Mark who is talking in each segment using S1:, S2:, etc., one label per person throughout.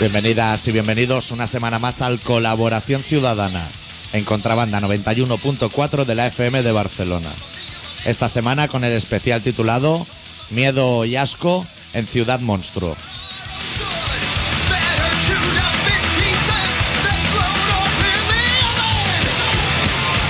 S1: Bienvenidas y bienvenidos una semana más al Colaboración Ciudadana, en contrabanda 91.4 de la FM de Barcelona. Esta semana con el especial titulado Miedo y asco en Ciudad Monstruo.
S2: Better chewed up in pieces than thrown open the oven.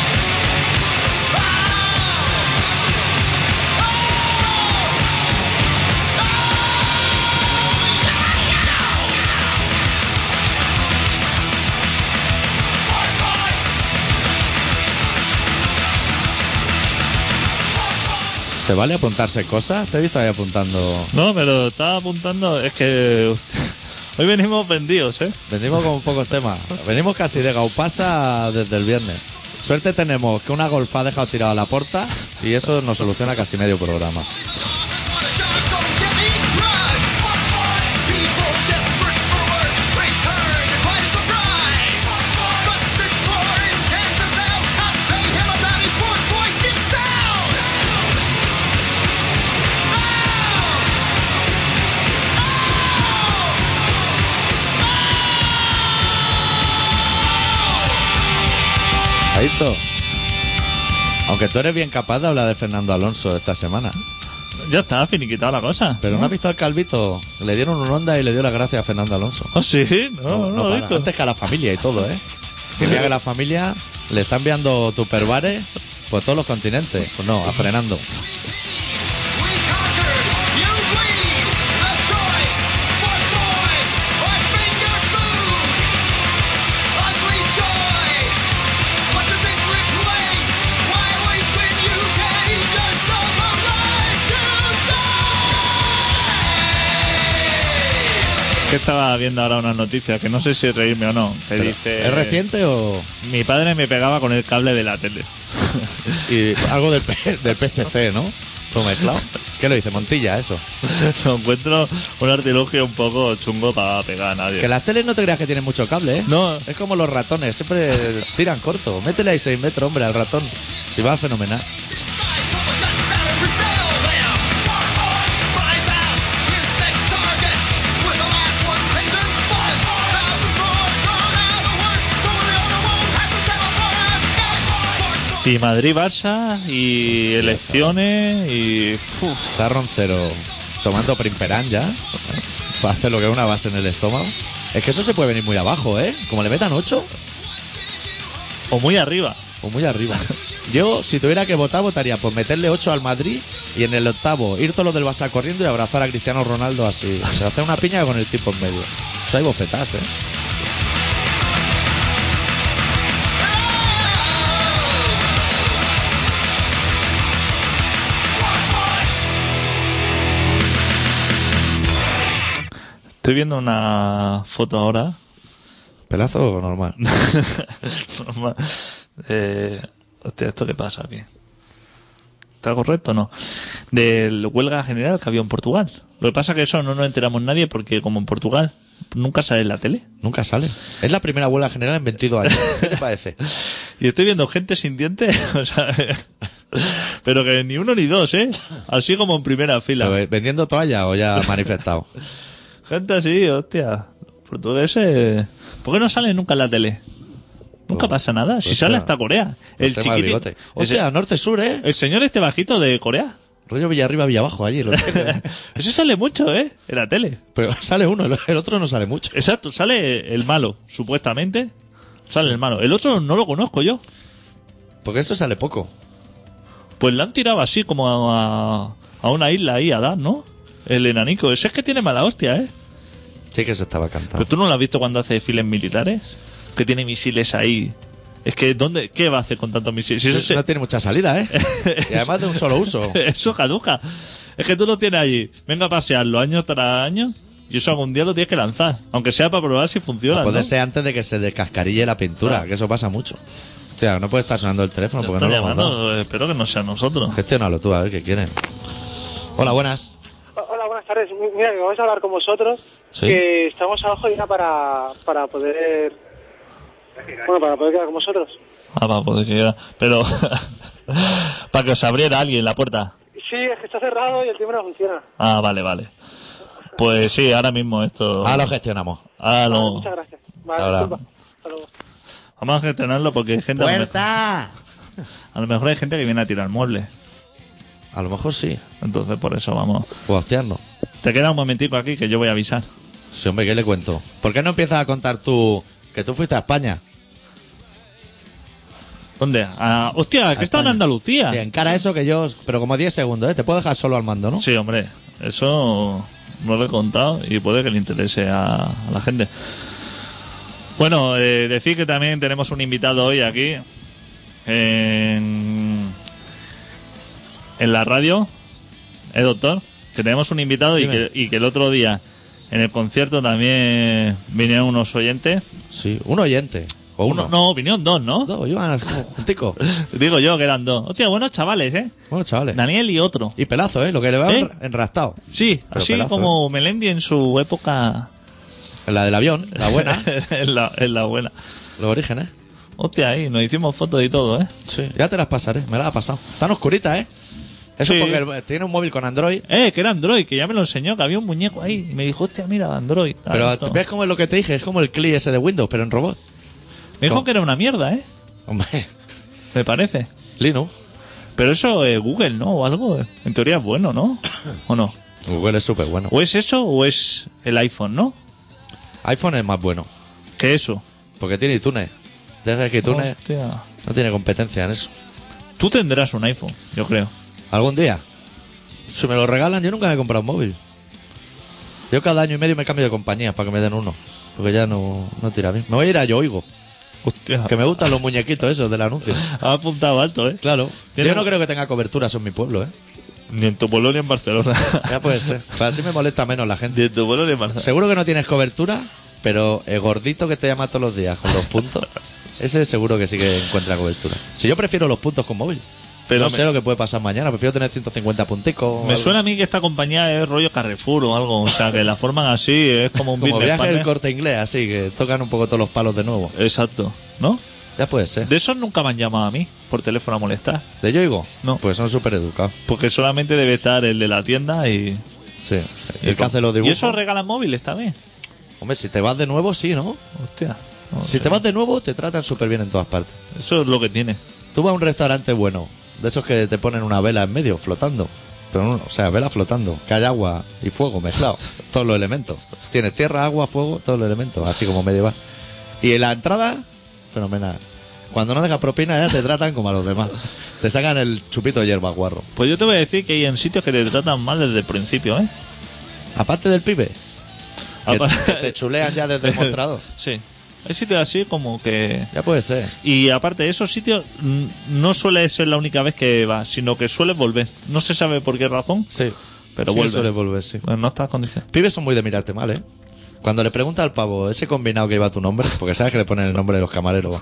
S1: ¿Se vale apuntarse cosas? Te he visto ahí apuntando.
S3: No, pero estaba apuntando, es que hoy venimos vendidos, ¿eh?
S1: Venimos con pocos temas. Venimos casi de Gaupasa desde el viernes. Suerte tenemos que una golfa ha dejado tirada la puerta y eso nos soluciona casi medio programa.
S2: Others wanna jump, don't give me drugs. What for? People desperate for work return to quite a surprise. Busted for Kansas out, I pay him a bounty for voice gets down.
S1: Aito. Aunque tú eres bien capaz de hablar de Fernando Alonso esta semana.
S3: Ya está, finiquitada la cosa.
S1: Pero no has visto al Calvito. Le dieron un onda y le dio las gracias a Fernando Alonso.
S3: Oh, sí, no, no,
S1: Ah, No,
S3: lo he
S1: para.
S3: visto.
S1: Antes que a la familia y todo, ¿eh? Que mira que la familia le está enviando tupperwares por todos los continentes. Pues no, a Fernando.
S2: We conquered, you bleed. A choice, what boy, or finger food. Ugly joy. What does it replace? Why waste when you can eat yourself alive today?
S3: Que estaba viendo ahora unas noticias que no sé si reírme o no. Que dice.
S1: ¿Es reciente o.?
S3: Mi padre me pegaba con el cable de la tele.
S1: Y algo del, P- del PSC, ¿no? Todo mezclado. ¿Qué lo dice? Montilla, eso.
S3: No encuentro un artilugio un poco chungo para pegar a nadie.
S1: Que las teles no te creas que tienen mucho cable, ¿eh?
S3: No.
S1: Es como los ratones, siempre tiran corto. Métele ahí 6 metros, hombre, al ratón. Si va fenomenal.
S3: Y Madrid-Barça, y elecciones, y. uf,
S1: Está roncero tomando primperán ya. Para hacer lo que es una base en el estómago. Es que eso se puede venir muy abajo, ¿eh? Como le metan 8
S3: o muy arriba.
S1: o muy arriba. Yo, si tuviera que votar, votaría por meterle 8 al Madrid y en el octavo ir todos los del Barça corriendo y abrazar a Cristiano Ronaldo así. O sea, hacer una piña con el tipo en medio. Eso hay bofetadas, ¿eh?
S3: Estoy viendo una foto ahora
S1: ¿Pelazo o normal?
S3: Normal. Eh, hostia, ¿esto qué pasa aquí? ¿Está correcto o no? Del huelga general que había en Portugal. Lo que pasa es que eso no nos enteramos nadie porque como en Portugal nunca sale en la tele.
S1: Nunca sale. Es la primera huelga general en 22 años. ¿Qué te parece?
S3: Y estoy viendo gente sin dientes, o sea, pero que ni uno ni dos, ¿eh? Así como en primera
S1: Pero,
S3: fila.
S1: eh, ¿Vendiendo toalla o ya manifestado?
S3: Gente así, hostia. Los Portugueses. eh. ¿Por qué no salen nunca en la tele? Nunca
S1: Pues-
S3: pasa nada. Si
S1: pues
S3: sale
S1: era-
S3: hasta Corea.
S1: tema del
S3: El chiquitín.
S1: bigote.
S3: Ese-
S1: Hostia, norte-sur, ¿eh?
S3: El señor este bajito de Corea.
S1: Rollo Villarriba, Villabajo, allí. lo tiene.
S3: Eso sale mucho, ¿eh? En la tele.
S1: Pero sale uno, el- el otro no sale mucho.
S3: Exacto, sale el malo, supuestamente. Sale el malo. El otro no lo conozco yo.
S1: Porque eso sale poco.
S3: Pues la han tirado así como a, a una isla ahí a dar, ¿no? El enanico. Ese es que tiene mala hostia, ¿eh?
S1: Sí que se estaba
S3: Pero
S1: cantando.
S3: tú no lo has visto cuando hace desfiles militares. Que tiene misiles ahí. Es que, ¿dónde, ¿qué va a hacer con tantos misiles? Si eso, se-
S1: No tiene mucha salida, ¿eh? Y además de un solo uso.
S3: eso caduca. Es que tú lo tienes allí. Venga a pasearlo año tras año. Y eso algún día lo tienes que lanzar. Aunque sea para probar si funciona.
S1: A poder
S3: ¿no?
S1: ser antes de que se descascarille la pintura, que eso pasa mucho. Hostia, no puede estar sonando el teléfono porque
S3: Están
S1: no lo hemos dado.
S3: llamando, espero que no sea nosotros.
S1: Gestiónalo tú, a ver qué quieren. Hola, buenas.
S4: Hola, buenas tardes. Mira, que vamos a hablar con vosotros.
S1: Sí.
S4: Que estamos abajo ya para, para poder. Bueno, para poder quedar con vosotros.
S3: Ah, va, pues que era- Pero. para que os abriera alguien la puerta.
S4: Sí, es que está cerrado y el timbre no funciona.
S3: Ah, vale, vale. Pues sí, ahora mismo esto.
S1: Ahora Ah, lo gestionamos.
S3: ahora
S5: Vale,
S3: lo-
S5: Muchas gracias. Vale,
S1: Ahora.
S5: disculpa. Hasta luego.
S3: Vamos a gestionarlo porque hay gente. a lo mejor-
S1: ¡Puerta!
S3: A lo mejor hay gente que viene a tirar muebles.
S1: A lo mejor sí. Pues,
S3: Entonces, por eso vamos.
S1: O a hostiarnos.
S3: Te queda un momentico aquí que yo voy a avisar.
S1: Sí, hombre, ¿qué le cuento? ¿Por qué no empiezas a contar tú que tú fuiste a España?
S3: ¿Dónde? Ah, ¡Hostia! ¡Que está en
S1: España.
S3: Andalucía!
S1: Bien, cara a eso que yo... Pero como 10 segundos, ¿eh? Te puedo dejar solo al mando, ¿no?
S3: Sí, hombre. Eso no lo he contado y puede que le interese a, a la gente. Bueno, eh, decir que también tenemos un invitado hoy aquí en, en la radio, ¿eh, doctor? Que tenemos un invitado y
S1: Dime.
S3: que, y que el otro día en el concierto también vinieron unos oyentes.
S1: Sí, un oyente. O uno.
S3: Uno, no, vinieron dos, ¿no?
S1: Dos, iban así como junticos.
S3: Digo yo que eran dos. Hostia, buenos chavales, ¿eh?
S1: Bueno, chavales.
S3: Daniel y otro.
S1: Y pelazo, ¿eh? Lo que le va
S3: ¿Eh?
S1: enrastado.
S3: Sí,
S1: Pero
S3: así
S1: pelazo, ¿eh?
S3: como Melendi en su época.
S1: La del avión, la buena.
S3: en, la, en la buena.
S1: los orígenes.
S3: Hostia, ahí nos hicimos fotos y todo, ¿eh?
S1: Sí. Ya te las pasaré, me las ha pasado. Están oscuritas, ¿eh? Eso
S3: Sí.
S1: porque el- tiene un móvil con Android.
S3: Eh, que era Android, que ya me lo enseñó, que había un muñeco ahí. Y me dijo, hostia, mira, Android. tal,
S1: Pero
S3: esto.
S1: ves cómo es lo que te dije, es como el CLI ese de Windows, pero en robot.
S3: me dijo
S1: ¿Cómo?
S3: que era una mierda, ¿eh?
S1: Hombre,
S3: Me parece.
S1: Linux.
S3: Pero eso, eh, Google, ¿no? O algo, eh. en teoría es bueno, ¿no? ¿O no?
S1: Google es súper bueno.
S3: O es eso o es el iPhone, ¿no?
S1: iPhone es más bueno,
S3: Que eso.
S1: porque tiene iTunes. Desde que iTunes
S3: Hostia.
S1: no tiene competencia en eso.
S3: Tú tendrás un iPhone, yo creo.
S1: Algún día, si me lo regalan, yo nunca me he comprado un móvil. Yo cada año y medio me cambio de compañía para que me den uno, porque ya no, no tira bien. Me voy a ir a Yoigo,
S3: Hostia.
S1: que me gustan los muñequitos esos del anuncio.
S3: Ha apuntado alto, ¿eh?
S1: Claro.
S3: Tiene-
S1: Yo no creo que tenga cobertura eso en mi pueblo, ¿eh?
S3: Ni en tu pueblo ni en Barcelona.
S1: Ya puede ser. Pero así me molesta menos la gente.
S3: Ni en tu pueblo ni en Barcelona.
S1: Seguro que no tienes cobertura, pero el gordito que te llama todos los días con los puntos, ese seguro que sí que encuentra cobertura. Si yo prefiero los puntos con móvil.
S3: Pero
S1: Pero no
S3: me-
S1: sé lo que puede pasar mañana, prefiero tener 150 punticos. o
S3: Me
S1: algo.
S3: suena a mí que esta compañía es rollo Carrefour o algo. O sea, que la forman así, es como un
S1: como
S3: business
S1: viaje del
S3: partner.
S1: corte inglés, así que tocan un poco todos los palos de nuevo.
S3: Exacto, ¿no?
S1: Ya puede ser.
S3: De esos nunca me han llamado a mí por teléfono a molestar.
S1: ¿De Yoigo?
S3: No.
S1: Pues son súper educados.
S3: Porque solamente debe estar el de la tienda y.
S1: Sí.
S3: y
S1: El que
S3: con-
S1: hace los dibujos.
S3: ¿Y eso regalan móviles también?
S1: Hombre, si te vas de nuevo, sí, ¿no?
S3: Hostia. no
S1: si
S3: sé.
S1: te vas de nuevo, te tratan súper bien en todas partes.
S3: Eso es lo que tiene.
S1: Tú vas a un restaurante bueno, de esos que te ponen una vela en medio, flotando. Pero no- o sea, vela flotando, que hay agua y fuego mezclado, todos los elementos. Tienes tierra, agua, fuego, todos los elementos, así como medieval. Y en la entrada, fenomenal. Cuando no dejas propina ya te tratan como a los demás. Te sacan el chupito de hierba guarro.
S3: Pues yo te voy a decir que hay en sitios que te tratan mal desde el principio, ¿eh?
S1: Aparte del pibe, que,
S3: Apar-
S1: que te chulean ya desde el mostrador.
S3: sí. Hay sitios así como que.
S1: Ya puede ser.
S3: Y aparte, esos sitios mm, no suele ser la única vez que vas, sino que sueles volver. No se sabe por qué razón,
S1: Sí.
S3: pero
S1: Sí,
S3: vuelve.
S1: suele volver, sí.
S3: Pues no estás condicionado.
S1: Pibes son muy de mirarte mal, ¿eh? Cuando le pregunta al pavo, ese combinado que lleva tu nombre, porque sabes que le ponen el nombre de los camareros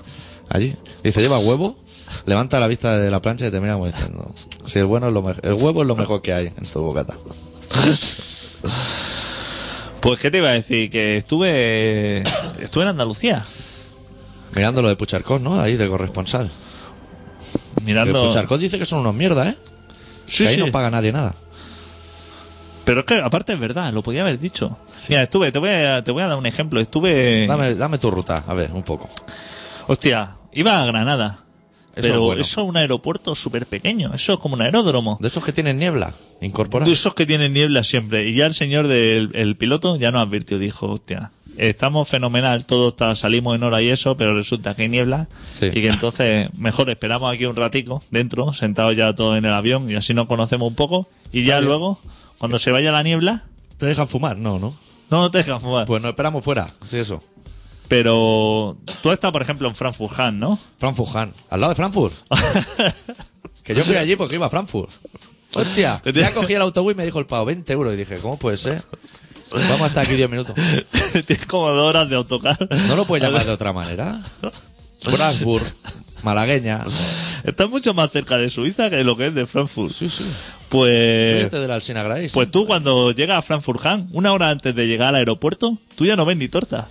S1: allí, dice, lleva huevo, levanta la vista de la plancha y te mira como diciendo, si el, bueno es lo mej- el huevo es lo mejor que hay en tu bocata.
S3: Pues qué te iba a decir, que estuve estuve en Andalucía
S1: Mirando lo de Pucharcos, ¿no? Ahí de corresponsal. Que
S3: mirando.
S1: Pucharcos dice que son unos mierda, ¿eh?
S3: Sí,
S1: que ahí
S3: sí.
S1: no paga nadie nada.
S3: Pero es que aparte es verdad, lo podía haber dicho. Mira, estuve, te voy a, te voy a dar un ejemplo. Estuve.
S1: Dame, dame tu ruta, a ver, un poco.
S3: Hostia, iba a Granada.
S1: Eso
S3: pero
S1: es bueno.
S3: eso es un aeropuerto súper pequeño. Eso es como un aeródromo.
S1: De esos que tienen niebla, incorporada.
S3: De esos que tienen niebla siempre. Y ya el señor del el piloto ya nos advirtió, dijo, hostia, estamos fenomenal, todos está- salimos en hora y eso, pero resulta que hay niebla.
S1: Sí.
S3: Y que entonces mejor esperamos aquí un ratico dentro, sentados ya todos en el avión, y así nos conocemos un poco. Y ya luego, cuando se vaya la niebla,
S1: ¿Te dejan fumar? No, ¿no?
S3: no, no te dejan fumar.
S1: Pues nos esperamos fuera, sí, eso.
S3: Pero tú estás, por ejemplo, en Frankfurt Hahn, ¿no?
S1: Frankfurt Han. Al lado de Frankfurt. que yo fui allí porque iba a Frankfurt. Hostia, ya cogí el autobús y me dijo el pavo 20 euros. Y dije, ¿cómo puede ser? Vamos a estar aquí 10 minutos.
S3: Tienes como dos horas de autocar.
S1: ¿No lo puedes llamar de otra manera? Brasburg, malagueña.
S3: Estás mucho más cerca de Suiza que lo que es de Frankfurt.
S1: Sí, sí.
S3: Pues...
S1: Este de la Alsina Grace.
S3: Pues tú cuando llegas a Frankfurt Hahn, una hora antes de llegar al aeropuerto, tú ya no ves ni torta.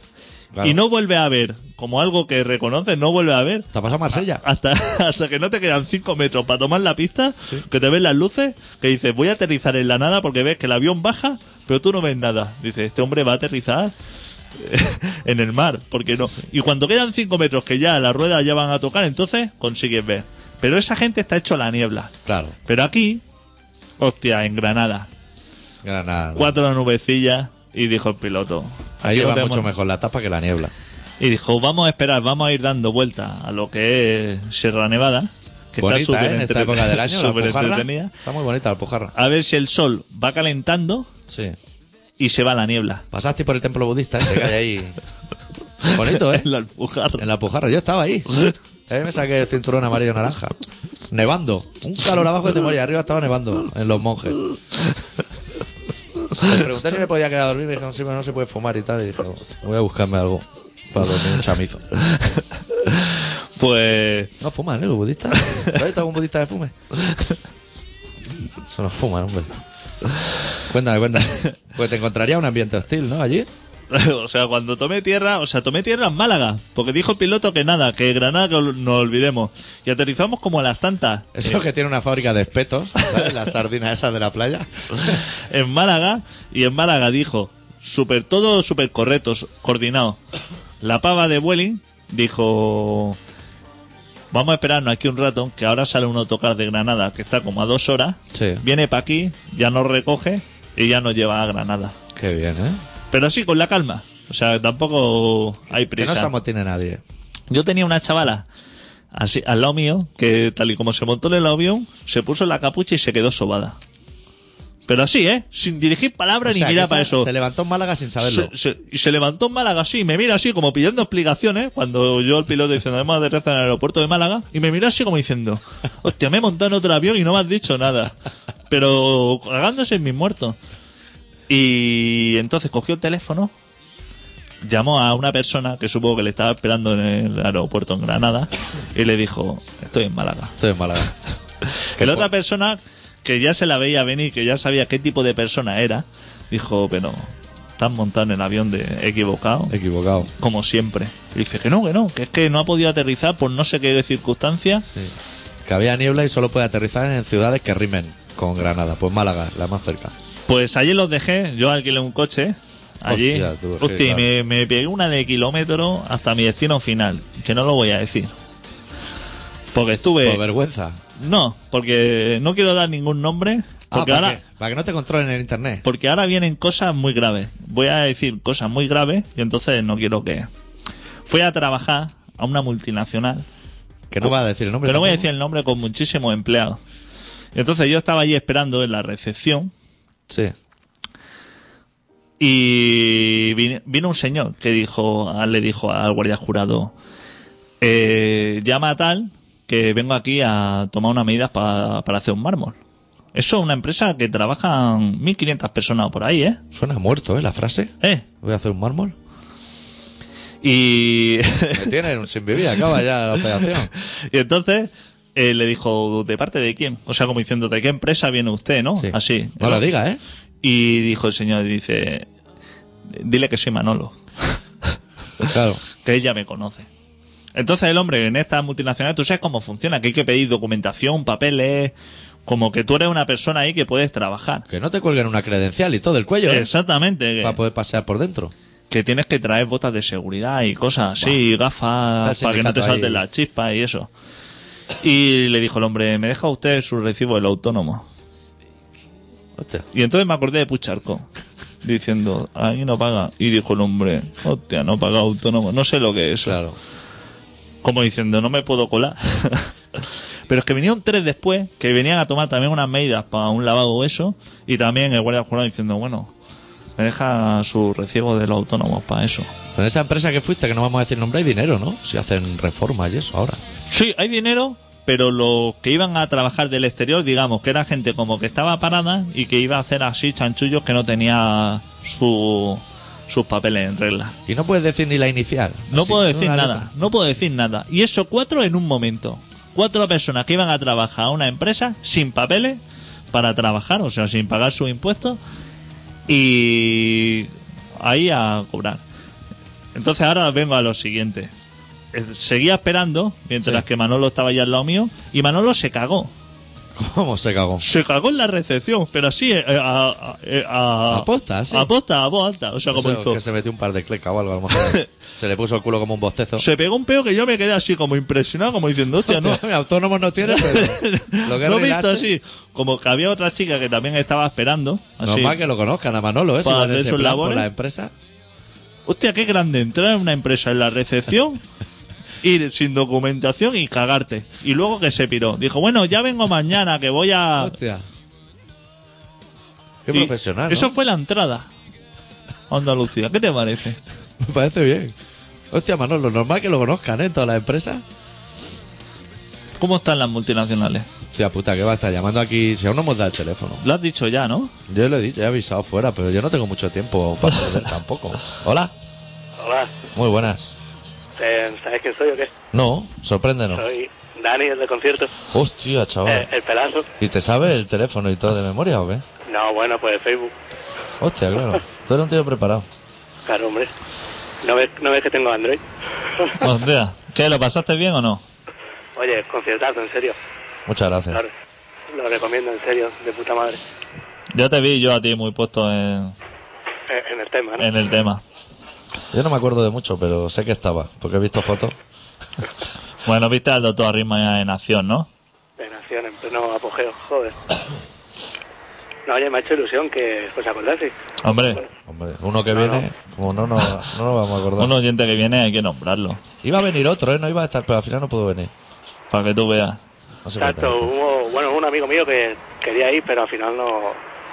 S1: Claro.
S3: Y no vuelve a ver, como algo que reconoces, no vuelve a ver.
S1: ¿Te pasa Marsella?
S3: Hasta, hasta que no te quedan 5 metros para tomar la pista, que te ven las luces, que dices, voy a aterrizar en la nada porque ves que el avión baja, pero tú no ves nada. Dice, este hombre va a aterrizar en el mar, porque no. Y cuando quedan 5 metros que ya las ruedas ya van a tocar, entonces consigues ver. Pero esa gente está hecho la niebla.
S1: Claro.
S3: Pero aquí, hostia, en Granada,
S1: Granada.
S3: cuatro nubecillas y dijo el piloto.
S1: Ahí
S3: aquí
S1: va
S3: lo tenemos.
S1: mucho mejor la tapa que la niebla.
S3: Y dijo, vamos a esperar, vamos a ir dando vueltas a lo que es Sierra Nevada. Que
S1: bonita,
S3: está
S1: ¿eh? En esta
S3: superentre-
S1: época del año, la Alpujarra.
S3: superentretenida.
S1: Está muy bonita la Alpujarra.
S3: A ver si el sol va calentando
S1: Sí.
S3: y se va la niebla.
S1: Pasaste por el templo budista ese que hay ahí. Bonito, ¿eh?
S3: En la Alpujarra.
S1: En la Alpujarra. Yo estaba ahí. Ahí me saqué el cinturón amarillo naranja. Nevando. Un calor abajo que te moría. Arriba estaba nevando en los monjes. Me pregunté si me podía quedar a dormir. Me dijeron, sí, pero no se puede fumar y tal. Y dije, voy a buscarme algo para dormir un chamizo.
S3: Pues
S1: No fuman, ¿eh? Los budistas. ¿Has visto algún budista que fume? Se nos fuman, hombre. Cuéntame, cuéntame. Pues te encontraría un ambiente hostil, ¿no? Allí.
S3: O sea, cuando tomé tierra, o sea, tomé tierra en Málaga, porque dijo el piloto que nada, que Granada que ol- nos olvidemos. Y aterrizamos como a las tantas.
S1: Eso que tiene una fábrica de espetos, ¿sabes? Las sardinas esas de la playa.
S3: En Málaga, y en Málaga dijo, super, todo súper correcto, su- coordinado. La pava de Welling dijo, vamos a esperarnos aquí un rato, que ahora sale un autocar de Granada, que está como a dos horas,
S1: Sí.
S3: viene para aquí, ya nos recoge y ya nos lleva a Granada.
S1: Qué bien, ¿eh?
S3: Pero así, con la calma. O sea, tampoco hay
S1: Que
S3: prisa.
S1: no se amotina nadie.
S3: Yo tenía una chavala así, al lado mío que tal y como se montó en el avión, se puso la capucha y se quedó sobada. Pero así, ¿eh? Sin dirigir palabra
S1: O sea,
S3: ni
S1: que
S3: mirar
S1: esa
S3: para eso.
S1: Se levantó en Málaga sin saberlo.
S3: Se- se- y se levantó en Málaga así, y me mira así como pidiendo explicaciones, cuando yo el piloto diciendo, hemos aterrizado en el aeropuerto de Málaga, y me mira así como diciendo, hostia, me he montado en otro avión y no me has dicho nada. Pero cagándose en mis muertos. Y entonces cogió el teléfono, llamó a una persona que supongo que le estaba esperando en el aeropuerto en Granada, y le dijo, estoy en Málaga.
S1: Estoy en Málaga.
S3: Que la
S1: po-
S3: otra persona, que ya se la veía venir, que ya sabía qué tipo de persona era, dijo, pero estás montado en el avión de equivocado,
S1: Equivocado.
S3: como siempre. Y dice que no, que no, que es que no ha podido aterrizar por no sé qué circunstancias.
S1: Sí. Que había niebla y solo puede aterrizar en ciudades que rimen con Granada. Pues Málaga, la más cerca.
S3: Pues allí los dejé, yo alquilé un coche. Allí,
S1: Hostia, tú, es que
S3: Hostia, y
S1: claro.
S3: me, me pegué una de kilómetros hasta mi destino final, que no lo voy a decir. Porque estuve.
S1: Por vergüenza.
S3: No, porque no quiero dar ningún nombre.
S1: Ah,
S3: Porque
S1: ¿para,
S3: ahora,
S1: qué? para que no te controlen en internet.
S3: Porque ahora vienen cosas muy graves. Voy a decir cosas muy graves y entonces no quiero que. Fui a trabajar a una multinacional,
S1: Que no va a decir el nombre.
S3: pero no voy a
S1: tampoco.
S3: decir el nombre con muchísimos empleados. Y entonces yo estaba allí esperando en la recepción
S1: Sí.
S3: y vin- vino un señor que dijo, a- le dijo al guardia jurado, eh, llama a tal que vengo aquí a tomar unas medidas pa- para hacer un mármol. Eso es una empresa que trabajan 1.500 personas por ahí, ¿eh?
S1: Suena muerto, ¿eh? La frase.
S3: ¿Eh?
S1: Voy a hacer un mármol.
S3: Y
S1: Me tienen sin vivir, acaba ya la operación.
S3: Y entonces eh, le dijo, ¿de parte de quién? O sea, como diciendo, ¿de qué empresa viene usted, no?
S1: Sí.
S3: Oh, Así.
S1: No lo diga, ¿eh?
S3: Y dijo el señor, dice, dile que soy Manolo,
S1: Pues Claro.
S3: que ella me conoce. Entonces el hombre en esta multinacional, tú sabes cómo funciona, que hay que pedir documentación, papeles, como que tú eres una persona ahí que puedes trabajar.
S1: Que no te cuelguen una credencial y todo el cuello, ¿eh?
S3: Exactamente,
S1: Para
S3: que,
S1: poder pasear por dentro.
S3: que tienes que traer botas de seguridad y cosas así,
S1: Está
S3: gafas,
S1: el
S3: para que no
S1: sindicato
S3: te
S1: ahí.
S3: salten las chispas y eso. Y le dijo el hombre, ¿me deja usted su recibo del autónomo?
S1: Hostia.
S3: Y entonces me acordé de Pucharco. Diciendo, aquí no paga. Y dijo el hombre, hostia, no paga autónomo. No sé lo que es. eso.
S1: Claro.
S3: Como diciendo, no me puedo colar. Pero es que vinieron tres después, que venían a tomar también unas medidas para un lavado o eso. Y también el guardia jurado diciendo, bueno, me deja su recibo de los autónomos para eso.
S1: Con esa empresa que fuiste, que no vamos a decir nombre, hay dinero, ¿no? Si hacen reformas y eso ahora.
S3: Sí, hay dinero, pero los que iban a trabajar del exterior, digamos, que era gente como que estaba parada y que iba a hacer así chanchullos que no tenía su- sus papeles en regla.
S1: Y no puedes decir ni la inicial.
S3: No
S1: Así,
S3: puedo
S1: es
S3: decir
S1: una
S3: nada,
S1: letra.
S3: no puedo decir nada. Y eso cuatro en un momento. Cuatro personas que iban a trabajar a una empresa sin papeles para trabajar, o sea, sin pagar sus impuestos y ahí a cobrar. Entonces ahora vengo a lo siguiente. Eh, Seguía esperando mientras
S1: Sí.
S3: que Manolo estaba ya al lado mío y Manolo se cagó.
S1: ¿Cómo se cagó?
S3: Se cagó en la recepción, pero así eh, a, a, eh, a-
S1: A posta, sí.
S3: A posta, a voz alta. O sea, como
S1: Eso,
S3: hizo.
S1: que se metió un par de clecas o algo, a lo mejor. se le puso el culo como un bostezo.
S3: Se pegó un peo que yo me quedé así como impresionado, como diciendo, hostia, no.
S1: Autónomos no tiene, pero. Lo que es
S3: no he visto
S1: relax-
S3: así. Como que había otra chica que también estaba esperando. Así.
S1: Normal que lo conozcan a Manolo, ¿eh? Si
S3: Para
S1: van en
S3: hacer ¿eh?
S1: ese
S3: sus
S1: plan por
S3: labores.
S1: la empresa.
S3: Hostia, qué grande entrar en una empresa en la recepción, ir sin documentación y cagarte. Y luego que se piró. Dijo, bueno, ya vengo mañana, que voy a.
S1: Hostia. Qué
S3: Ah. Y
S1: profesional. ¿no?
S3: Eso fue la entrada. a Andalucía, ¿qué te parece?
S1: Me parece bien. Hostia, Manolo, normal que lo conozcan, ¿eh? En todas las empresas.
S3: ¿Cómo están las multinacionales?
S1: Hostia puta, que va a estar llamando aquí. Si aún no hemos dado el teléfono.
S3: Lo has dicho ya, ¿no?
S1: Yo lo he dicho, he avisado fuera, pero yo no tengo mucho tiempo para perder tampoco. Hola,
S4: Hola,
S1: muy buenas.
S4: eh, ¿sabes quién soy o qué?
S1: No, sorpréndenos.
S4: Soy Dani, el de concierto.
S1: Hostia, chaval.
S4: Eh, el pelazo.
S1: ¿Y te sabe el teléfono y todo de memoria o qué?
S4: No, bueno, pues Facebook.
S1: Hostia, claro. Tú eres un tío preparado.
S4: Claro, hombre. ¿No ves, ¿No ves que tengo Android?
S3: Hostia, ¿qué? ¿Lo pasaste bien o no?
S4: Oye, conciertazo, en serio.
S1: Muchas
S4: Lo,
S1: gracias.
S4: lo recomiendo, en serio, de puta madre.
S3: Ya te vi yo a ti muy puesto en,
S4: Eh, En el tema, ¿no?
S3: en el tema.
S1: Yo no me acuerdo de mucho, pero sé que estaba, porque he visto fotos.
S3: Bueno, viste al doctor Arima en acción, ¿no?
S4: De nación, en pleno apogeo, joder. No, oye, me ha hecho ilusión que os acordáis.
S3: Hombre,
S1: Hombre, uno que viene, como no nos no nos vamos a acordar.
S3: un oyente que viene hay que nombrarlo,
S1: Iba a venir otro, ¿eh? No iba a estar, pero al final no pudo venir.
S3: para que tú veas.
S1: No sé por qué.
S4: Exacto, hubo, bueno, un amigo mío que quería ir, pero al final no.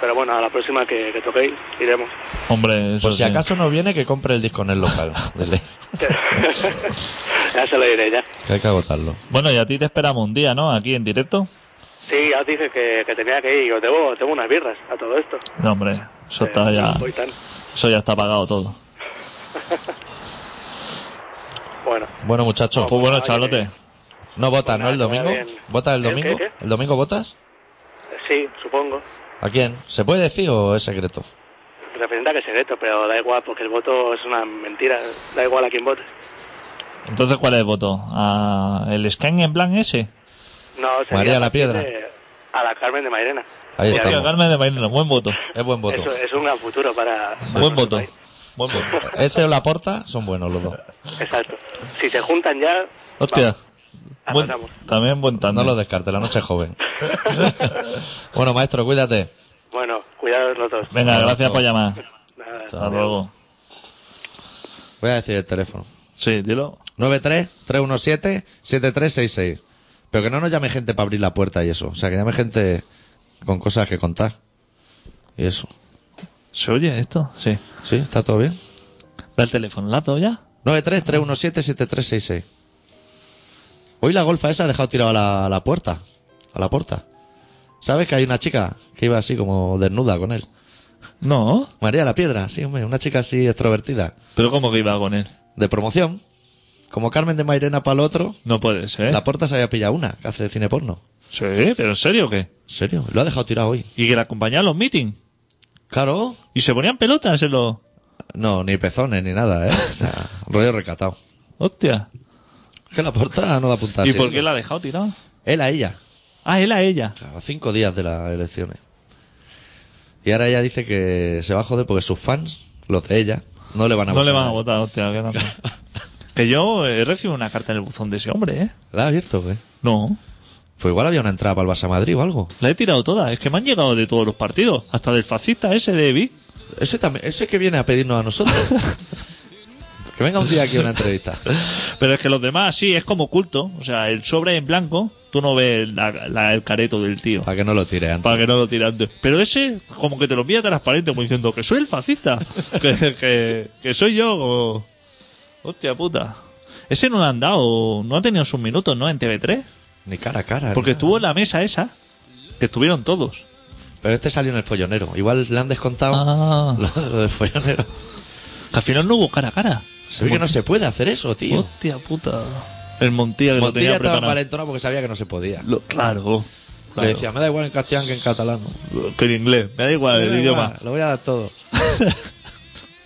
S4: Pero bueno, a la próxima que, que toquéis, iremos.
S3: Hombre, eso
S1: Por si
S3: sí.
S1: acaso no viene, que compre el disco en el local. Dile,
S4: ya se lo diré, ya.
S1: que hay que agotarlo.
S3: Bueno, y a ti te esperamos un día, ¿no? Aquí en directo.
S4: Sí, ya os dije que, que tenía que ir. Yo debo, debo unas birras a todo esto.
S3: No, hombre, eso está
S4: Eh,
S3: ya,
S4: voy tan-
S3: eso ya está pagado todo.
S4: Bueno,
S1: Bueno, muchachos,
S3: Pues bueno,
S4: oye,
S3: charlote.
S1: ¿no votas, no? ¿El
S4: Pues nada,
S1: domingo?
S4: bien.
S1: ¿Votas el
S4: ¿El
S1: domingo?
S4: qué, qué?
S1: ¿El domingo votas?
S4: eh, sí, supongo.
S1: ¿A quién? ¿Se puede decir o es secreto?
S4: Representa que es secreto, pero da igual, porque el voto es una mentira. Da igual a quién vote.
S3: Entonces, ¿cuál es el voto? ¿A ¿El scan en plan ese?
S4: No, sería
S1: María la Piedra.
S4: de- A la Carmen de Mairena.
S1: Ahí
S4: Pues Ya
S1: estamos.
S3: Tío, Carmen de Mairena, buen voto.
S1: Es buen voto.
S4: Eso es un gran futuro para. para
S3: Buen
S4: nuestro
S3: voto.
S4: país.
S3: Buen
S1: Sí.
S3: voto.
S1: Ese o la porta son buenos los dos.
S4: Exacto. Si se juntan ya.
S3: Hostia. Buen-
S4: Arrasamos.
S3: también buen
S1: No
S3: tándem.
S1: lo descarte, la noche es joven. bueno, maestro, cuídate.
S4: Bueno, cuidados los dos.
S3: Venga, gracias por llamar.
S4: Nada.
S3: Hasta luego.
S1: Voy a decir el teléfono.
S3: Sí, dilo.
S1: 93-317-7366. Pero que no nos llame gente para abrir la puerta y eso. O sea, que llame gente con cosas que contar. Y eso.
S3: ¿Se oye esto? Sí.
S1: ¿Sí? ¿Está todo bien?
S3: Da el teléfono, ¿la has dado ya?
S1: 93-317-7366. Hoy la golfa esa ha dejado tirada la, la puerta. A la puerta. ¿Sabes que hay una chica que iba así como desnuda con él?
S3: No.
S1: María la Piedra, sí, hombre. Una chica así extrovertida.
S3: ¿Pero cómo que iba con él?
S1: De promoción. Como Carmen de Mairena para el otro.
S3: No puede ser.
S1: La puerta se había pillado una que hace cine porno.
S3: Sí, pero ¿en serio o qué?
S1: ¿En serio? Lo ha dejado tirado hoy.
S3: Y que la acompañaba a los meetings.
S1: Claro.
S3: Y se ponían pelotas en los...
S1: No, ni pezones ni nada, ¿eh? O sea, rollo recatado.
S3: Hostia.
S1: Que la portada no da puntada.
S3: ¿Y
S1: sí.
S3: por qué la ha dejado tirada?
S1: Él a ella.
S3: Ah, él a ella.
S1: A cinco días de las elecciones. Y ahora ella dice que se va a joder porque sus fans, los de ella, no le van a
S3: No le van a
S1: votar.
S3: votar, hostia. qué grande. que yo he recibido una carta en el buzón de ese hombre, ¿eh?
S1: ¿La ha abierto, güey?
S3: No.
S1: Pues igual había una entrada para el Barça Madrid o algo.
S3: La he tirado toda. Es que me han llegado de todos los partidos. Hasta del fascista ese de Vic.
S1: Ese también, ese que viene a pedirnos a nosotros. que venga un día aquí a una entrevista.
S3: Pero es que los demás sí, es como culto. O sea, el sobre en blanco, tú no ves la- la- el careto del tío.
S1: Para que no lo tire antes.
S3: Para que no lo tire antes. Pero ese, como que te lo envía transparente, como diciendo que soy el fascista. que, que- que soy yo. como- Hostia puta. Ese no le han dado, no ha tenido sus minutos, ¿no? En TV3.
S1: Ni cara a cara.
S3: Porque
S1: ni-
S3: estuvo en la mesa esa, que estuvieron todos.
S1: Pero este salió en el follonero. Igual le han descontado
S3: Ah.
S1: lo, lo del follonero.
S3: Que al final no hubo cara a cara.
S1: Se ve que no se puede hacer eso, tío.
S3: Hostia puta. El Montilla que lo
S1: Montilla
S3: tenía
S1: estaba
S3: preparado.
S1: envalentonado porque sabía que no se podía.
S3: Lo- claro. claro.
S1: Le decía, me da igual en castellano que en catalán.
S3: Que en inglés. Me da igual
S1: Me
S3: el
S1: da
S3: idioma.
S1: igual, Lo voy a dar todo.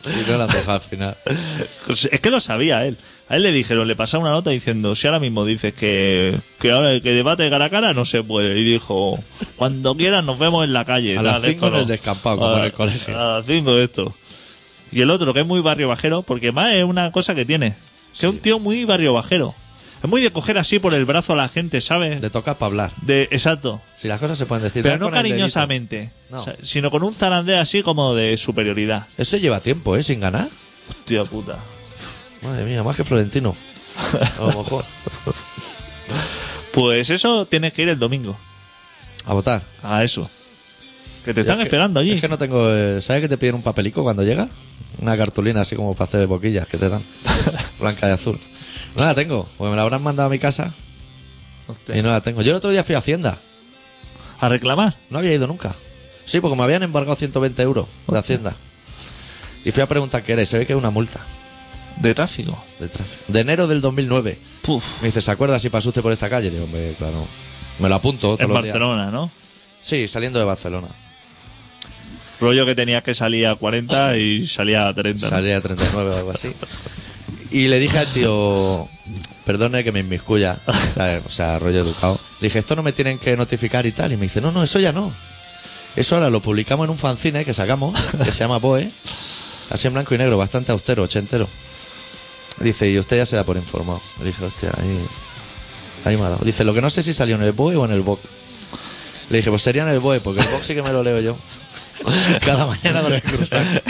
S1: y no la han dejado al final.
S3: Es Pues que lo sabía él. A él le dijeron, le pasaron una nota diciendo, si ahora mismo dices que, que ahora que debate cara a cara no se puede. Y dijo, cuando quieras nos vemos en la calle.
S1: A las
S3: Tal,
S1: cinco
S3: esto
S1: en
S3: no.
S1: el descampado, como
S3: A-
S1: en el colegio.
S3: A las 5 de esto. Y el otro, que es muy barrio bajero, porque más es una cosa que tiene. Que es un tío muy barrio bajero. Es muy de coger así por el brazo a la gente, ¿sabes?
S1: Te toca para hablar.
S3: De, exacto.
S1: Si las cosas se pueden decir.
S3: Pero
S1: Dar
S3: no
S1: con el dedito.
S3: cariñosamente,
S1: No.
S3: o sea, sino con un zarandeo así como de superioridad.
S1: Eso lleva tiempo, ¿eh? Sin ganar.
S3: Hostia puta.
S1: Madre mía, más que Florentino. A lo mejor.
S3: Pues eso tienes que ir el domingo.
S1: A votar.
S3: A eso. Que te
S1: Yo
S3: están
S1: es que-
S3: esperando allí.
S1: Es que no tengo. eh, ¿Sabes que te piden un papelico cuando llega? Una cartulina así como para hacer boquillas que te dan. Blanca y azul. No la tengo, porque me la habrán mandado a mi casa
S3: Hostia.
S1: y no la tengo. Yo el otro día fui a Hacienda.
S3: A reclamar.
S1: No había ido nunca. Sí, porque me habían embargado 120 euros de Hacienda. Y fui a preguntar qué era y se ve que es una multa
S3: De tráfico.
S1: de tráfico. De enero del 2009.
S3: Puf.
S1: Me dice, ¿se acuerda si pasó usted por esta calle? Digo, hombre, claro. Me lo apunto todos
S3: En
S1: los días.
S3: Barcelona, ¿no?
S1: Sí, saliendo de Barcelona.
S3: Rollo que tenías que salir a 40 y salía a 30. ¿no?
S1: Salía a 39 o algo así. Y le dije al tío, perdone que me inmiscuya, ¿sabes? o sea, rollo educado. Le dije, esto no me tienen que notificar y tal. Y me dice, no, no, eso ya no. Eso ahora lo publicamos en un fanzine que sacamos, que se llama Boe, así en blanco y negro, bastante austero, ochentero. Dice, y usted ya se da por informado. Le dije, hostia, ahí, ahí me ha dado. Dice, lo que no sé si salió en el Boe o en el BOC. Le dije, pues sería en el Boe, porque el BOC sí que me lo leo yo. Cada mañana con el cruzado.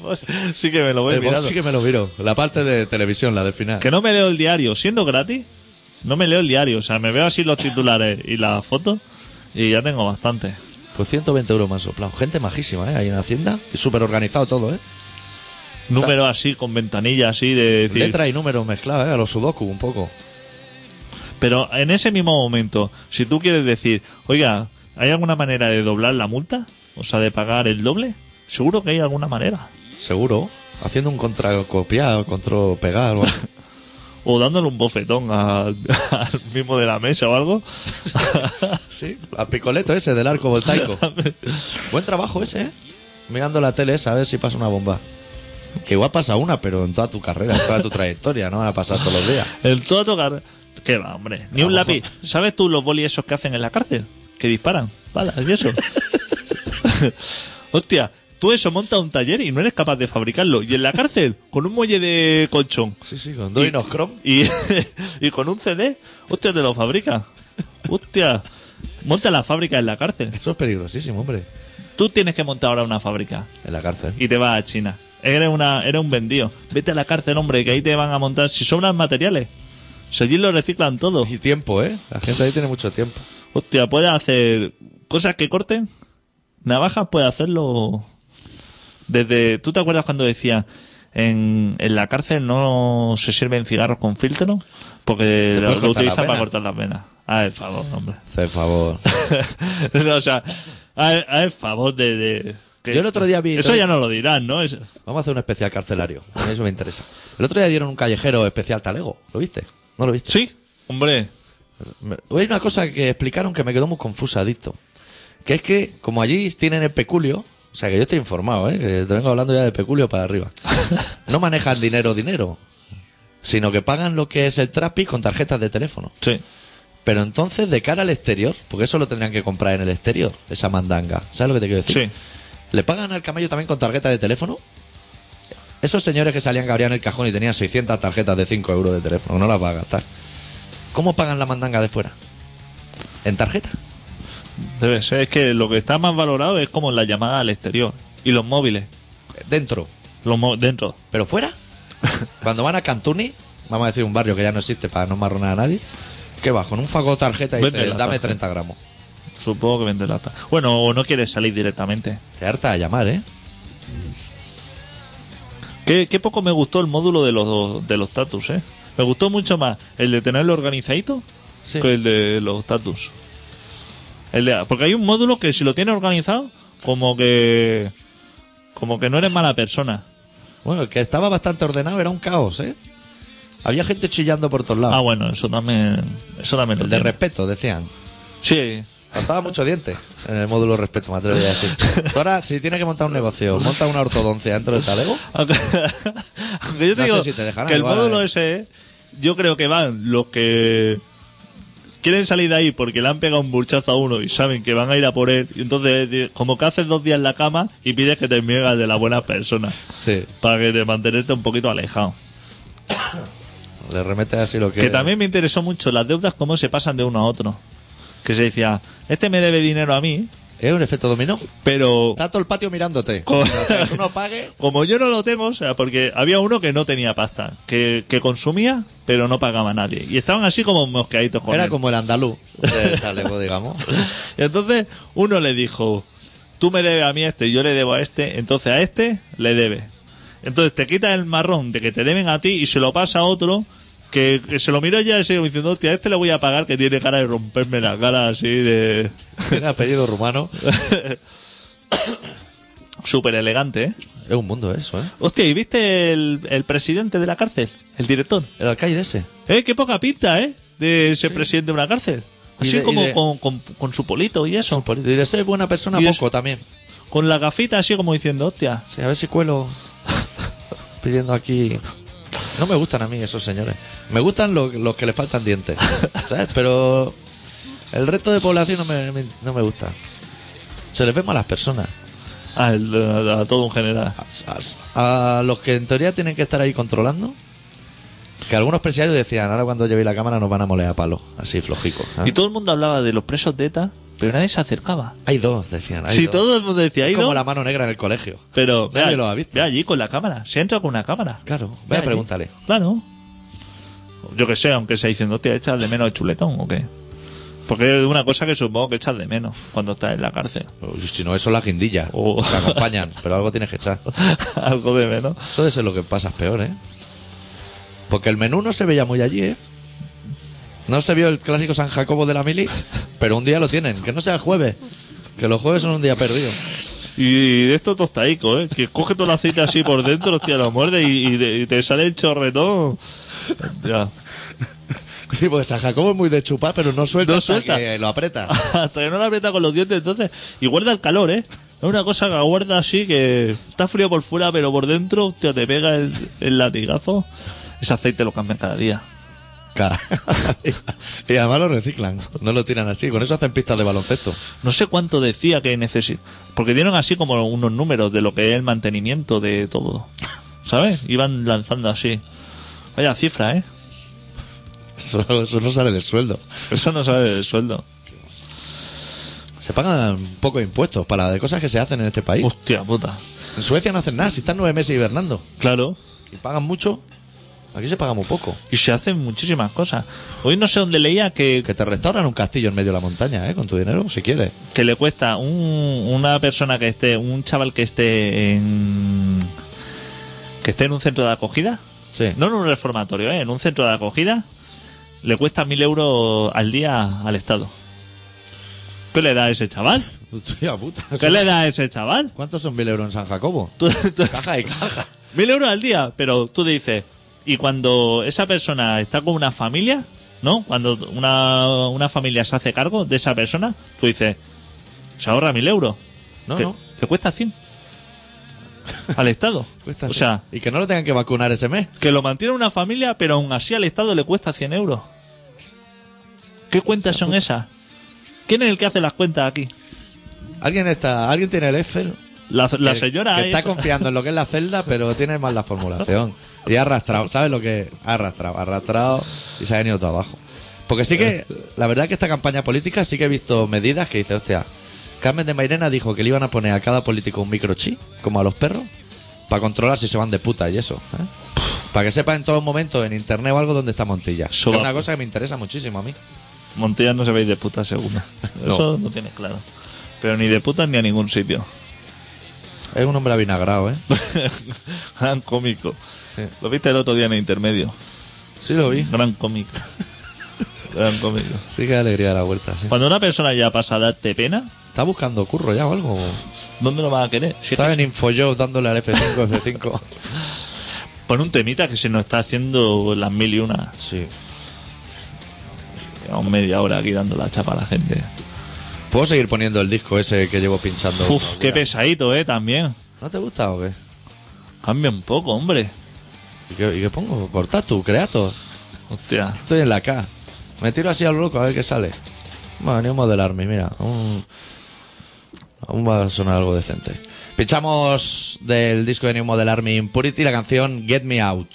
S3: Pues sí que me lo voy
S1: El box
S3: mirando.
S1: sí que me lo viro. La parte de televisión, la del final.
S3: Que no me leo el diario, siendo gratis, no me leo el diario. O sea, me veo así los titulares y las fotos y ya tengo bastante.
S1: Pues 120 euros más soplado. Gente majísima, ¿eh? Ahí en Hacienda. Y Súper organizado todo, ¿eh?
S3: Número así, con ventanillas así de decir.
S1: Letra y números mezclados, ¿eh? A los sudoku un poco.
S3: Pero en ese mismo momento, si tú quieres decir, oiga, ¿hay alguna manera de doblar la multa? O sea, de pagar el doble. Seguro que hay alguna manera.
S1: Seguro. Haciendo un contracopiar, contropegar o algo.
S3: O dándole un bofetón al, al mismo de la mesa o algo.
S1: Sí. Al picoleto ese del arco voltaico. Buen trabajo ese, ¿eh? Mirando la tele esa a ver si pasa una bomba. Que igual pasa una, pero en toda tu carrera, en toda tu trayectoria, no van a pasar todos los días.
S3: El todo tocar. ¿Qué va, hombre? Ni un lápiz. ¿Sabes tú los bolis esos que hacen en la cárcel? Que disparan balas y eso. Hostia, tú eso monta un taller y no eres capaz de fabricarlo. Y en la cárcel, con un muelle de colchón.
S1: Sí, sí, con Doinos Chrome.
S3: Y, y con un CD, hostia, te lo fabrica. Hostia, monta la fábrica en la cárcel.
S1: Eso es peligrosísimo, hombre.
S3: Tú tienes que montar ahora una fábrica
S1: En la cárcel.
S3: y te vas a China. Eres, una, eres un vendido. Vete a la cárcel, hombre, que ahí te van a montar. Si sobran materiales, si allí lo reciclan todo.
S1: Y tiempo, ¿eh? La gente ahí tiene mucho tiempo.
S3: Hostia, puede hacer cosas que corten. Navajas puede hacerlo desde... ¿Tú te acuerdas cuando decía en, en la cárcel no se sirven cigarros con filtro? Porque
S1: Se puede
S3: lo,
S1: cortar
S3: lo
S1: la
S3: utilizan
S1: vena.
S3: para cortar las venas. A el favor, hombre.
S1: Hace favor.
S3: No, o sea, a el, favor de... de- que-
S1: Yo el otro día vi-
S3: Eso ya no lo dirán, ¿no? Es-
S1: Vamos a hacer un especial carcelario. A mí eso me interesa. El otro día dieron un callejero especial talego. ¿Lo viste? ¿No lo viste?
S3: Sí, hombre.
S1: Me- Hay una cosa que explicaron que me quedó muy confusa, adicto. Que es que, como allí tienen el peculio, o sea que yo estoy informado, ¿eh? Que te vengo hablando ya de peculio para arriba. No manejan dinero, dinero. Sino que pagan lo que es el trapi con tarjetas de teléfono.
S3: Sí.
S1: Pero entonces, de cara al exterior, porque eso lo tendrían que comprar en el exterior, esa mandanga. ¿Sabes lo que te quiero decir?
S3: Sí.
S1: ¿Le pagan al camello también con tarjeta de teléfono? Esos señores que salían que abrían el cajón y tenían 600 tarjetas de 5 euros de teléfono, no las va a gastar. ¿Cómo pagan la mandanga de fuera? ¿En tarjeta?
S3: Debe ser. Es que lo que está más valorado es como la llamada al exterior. Y los móviles.
S1: Dentro.
S3: Los mó- dentro.
S1: ¿Pero fuera? Cuando van a Cantuni, vamos a decir un barrio que ya no existe para no marronar a nadie, ¿qué va? Con un fagot tarjeta y
S3: Vete
S1: dice,
S3: la
S1: dame
S3: tarjeta".
S1: 30 gramos.
S3: Supongo que vende lata. Bueno, o no quieres salir directamente.
S1: Te harta de llamar, ¿eh?
S3: Qué, qué poco me gustó el módulo de los de los tatus, eh. Me gustó mucho más el de tenerlo organizadito
S1: Sí.
S3: que el de los tatus. El de- porque hay un módulo que si lo tienes organizado, como que. Como que no eres mala persona.
S1: Bueno, el que estaba bastante ordenado era un caos, ¿eh? Había gente chillando por todos
S3: Ah,
S1: lados.
S3: bueno, eso también. Eso también lo
S1: el de
S3: tiene.
S1: respeto, decían.
S3: Sí.
S1: Faltaba mucho diente en el módulo respeto, me atrevo a decir. Tú Ahora, si tienes que montar un negocio, monta una ortodoncia dentro del talego.
S3: Aunque aunque yo te
S1: No sé
S3: digo
S1: si te dejarán,
S3: que el
S1: igual,
S3: módulo
S1: eh.
S3: ese, eh, yo creo que van los que quieren salir de ahí porque le han pegado un burchazo a uno y saben que van a ir a por él. Y entonces, eh, di- como que haces dos días en la cama y pides que te miegas de las buenas personas.
S1: Sí.
S3: Para que te mantenerte un poquito alejado.
S1: Le remete así lo que.
S3: Que también me interesó mucho las deudas, cómo se pasan de uno a otro. Que se decía, este me debe dinero a mí,
S1: Es un efecto dominó.
S3: pero
S1: Está todo el patio mirándote.
S3: Co-
S1: Mientras tú no pagues.
S3: como yo no lo tengo, o sea, porque había uno que no tenía pasta, que, que consumía, pero no pagaba a nadie. Y estaban así como mosqueaditos con
S1: Era
S3: él.
S1: como el andaluz de Talego, digamos.
S3: Y entonces uno le dijo, tú me debes a mí este, yo le debo a este, entonces a este le debes. Entonces te quitas el marrón de que te deben a ti y se lo pasa a otro que, que se lo miro ya y sigue diciendo, hostia, a este le voy a pagar que tiene cara de romperme la cara así de...
S1: Tiene apellido rumano.
S3: Súper elegante, ¿eh?
S1: Es un mundo eso, ¿eh?
S3: Hostia, ¿y viste el, el presidente de la cárcel? El director.
S1: El alcaide ese.
S3: Eh, qué poca pinta, ¿eh? De ser presidente de una cárcel.
S1: Y
S3: Así
S1: de- y
S3: como
S1: de-
S3: con, con- con su polito y eso.
S1: Son políticos. Y de ser buena persona
S3: Y es-
S1: poco también.
S3: Con la gafita así como diciendo, hostia.
S1: Sí, a ver si cuelo pidiendo aquí. No me gustan a mí esos señores. Me gustan lo- los que le faltan dientes. ¿Sabes? Pero el resto de población no me, me- no me gusta. Se les ve malas personas.
S3: A, el- a- a todo un general.
S1: Ah. A, a los que en teoría tienen que estar ahí controlando. Que algunos presidiarios decían, ahora cuando lleve la cámara nos van a moler a palo. Así flojico. ¿eh? ¿sabes?
S3: Y todo el mundo hablaba de los presos de ETA, pero nadie se acercaba.
S1: Hay dos, decían. Hay
S3: Sí,
S1: dos.
S3: todo el mundo decía, ahí
S1: Es como
S3: no.
S1: la mano negra en el colegio.
S3: Pero ve,
S1: Nadie
S3: a-
S1: lo ha visto.
S3: ve allí con la cámara. Se entra con una cámara.
S1: Claro, voy
S3: Ve
S1: a
S3: allí.
S1: preguntarle.
S3: Claro. Yo que sé, aunque sea diciendo, hostia, echas de menos el chuletón o qué. Porque es una cosa que supongo que echas de menos cuando estás en la cárcel.
S1: Uy, Si no, eso es la guindilla.
S3: Oh.
S1: Te acompañan, pero algo tienes que echar.
S3: Algo de menos.
S1: Eso debe ser lo que pasas peor, ¿eh? Porque el menú no se veía muy allí, ¿eh? No se vio el clásico San Jacobo de la Mili, pero un día lo tienen. Que no sea el jueves. Que los jueves son un día perdido.
S3: Y de esto tostaico, ¿eh? Que coge todo el aceite así por dentro, hostia, lo muerde y, y de- y te sale el chorretón. Ya.
S1: Sí, porque San Jacobo es muy de chupar, pero no suelta.
S3: No
S1: hasta
S3: suelta.
S1: que lo aprieta.
S3: Hasta que no la aprieta con los dientes, entonces. Y guarda el calor, ¿eh? Es una cosa que guarda así que está frío por fuera, pero por dentro, hostia, te pega el, el latigazo. Ese aceite lo cambian cada día.
S1: Claro. y además lo reciclan. No lo tiran así. Con eso hacen pistas de baloncesto.
S3: No sé cuánto decía que necesita. Porque dieron así como unos números de lo que es el mantenimiento de todo. ¿Sabes? Iban lanzando así. Vaya cifra, ¿eh?
S1: Eso, eso no sale del sueldo.
S3: Eso no sabe el sueldo.
S1: Se pagan pocos impuestos para las de cosas que se hacen en este país.
S3: Hostia puta.
S1: En Suecia no hacen nada. Si están nueve meses hibernando
S3: Claro.
S1: y pagan mucho, aquí se paga muy poco.
S3: Y se hacen muchísimas cosas. Hoy no sé dónde leía que,
S1: Que te restauran un castillo en medio de la montaña, ¿eh? Con tu dinero, si quieres.
S3: que le cuesta un- una persona que esté, un chaval que esté en que esté en un centro de acogida,
S1: Sí.
S3: no en un reformatorio, ¿eh? en un centro de acogida, le cuesta mil euros al día al Estado. ¿Qué le da a ese chaval?
S1: Hostia puta.
S3: ¿Qué le da a ese chaval?
S1: ¿Cuántos son mil euros en San Jacobo?
S3: Tú- tú-
S1: Caja y caja.
S3: Mil euros al día, pero tú dices, y cuando esa persona está con una familia, ¿no? Cuando una, una familia se hace cargo de esa persona, tú dices, se ahorra mil euros.
S1: No,
S3: que,
S1: no.
S3: que cuesta 100 al Estado.
S1: Cuesta
S3: o
S1: así.
S3: sea,
S1: y que no lo tengan que vacunar ese mes.
S3: que lo mantiene una familia, pero aún así al Estado le cuesta 100 euros. ¿Qué cuentas son esas? ¿Quién es el que hace las cuentas aquí?
S1: Alguien está, alguien tiene el Excel.
S3: La, la
S1: que-
S3: señora
S1: que está
S3: esa.
S1: confiando en lo que es la celda, pero tiene mal la formulación. Y ha arrastrado, ¿sabes lo que? Ha arrastrado, ha arrastrado y se ha venido todo abajo. Porque sí que, la verdad que esta campaña política sí que he visto medidas que dice, hostia, Carmen de Mairena dijo que le iban a poner a cada político un microchip, como a los perros, para controlar si se van de puta y eso. ¿eh? Para que sepa en todo momento en internet o algo dónde está Montilla. Que Es
S3: Eso va-
S1: una cosa que me interesa muchísimo a mí.
S3: Montilla no se veis de puta seguro.
S1: No.
S3: Eso no tiene claro. Pero ni de puta ni a ningún sitio.
S1: Es un hombre avinagrado, ¿eh?
S3: Gran cómico.
S1: Sí.
S3: Lo viste el otro día en el intermedio.
S1: Sí lo vi.
S3: Gran cómico. Gran cómico.
S1: Sí que da alegría la vuelta, sí.
S3: Cuando una persona ya pasa a darte pena,
S1: ¿Está buscando curro ya o algo?
S3: ¿dónde lo vas a querer? Si es que
S1: Estaba en InfoJob dándole al F5, F5.
S3: Pon un temita que se nos está haciendo las mil y una.
S1: Sí.
S3: Llevamos media hora aquí dando la chapa a la gente.
S1: ¿Puedo seguir poniendo el disco ese que llevo pinchando?
S3: Uf, qué pesadito, eh, también.
S1: ¿No te gusta o qué?
S3: Cambia un poco, hombre.
S1: ¿Y qué, y qué pongo? Cortatu, Creator.
S3: Hostia.
S1: Estoy en la K. Me tiro así al loco a ver qué sale. Me ha venido a modelarme, mira. Aún, aún va a sonar algo decente. Pichamos del disco de New Model Army Impurity la canción Get Me Out.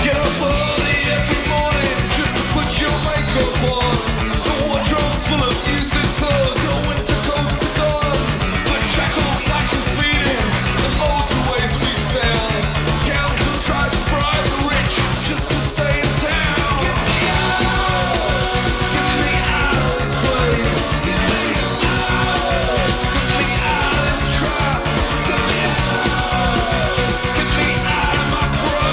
S2: Get up early every morning just to put your makeup on. The wardrobe's full of useless clothes, your winter coats are gone. The jackal black is feeding, the motorway sweeps down. Gowns and tries to bribe the rich just to stay in town. Get me out, get me out of this place. Get me out, get me out of this trap. Get me out, get me out of my brain.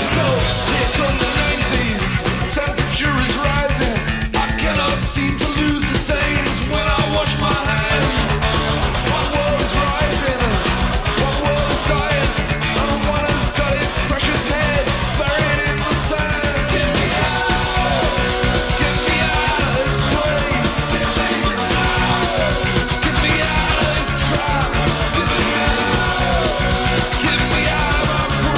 S2: So here come the 90s, temperature is rising. I cannot seem to lose the stains when I wash my hands. One world is rising, one world is dying, and one has got its precious head buried in the sand. Get me out, get me out of this place. Get me out, get me out of this trap. Get me out, get me out of my brain.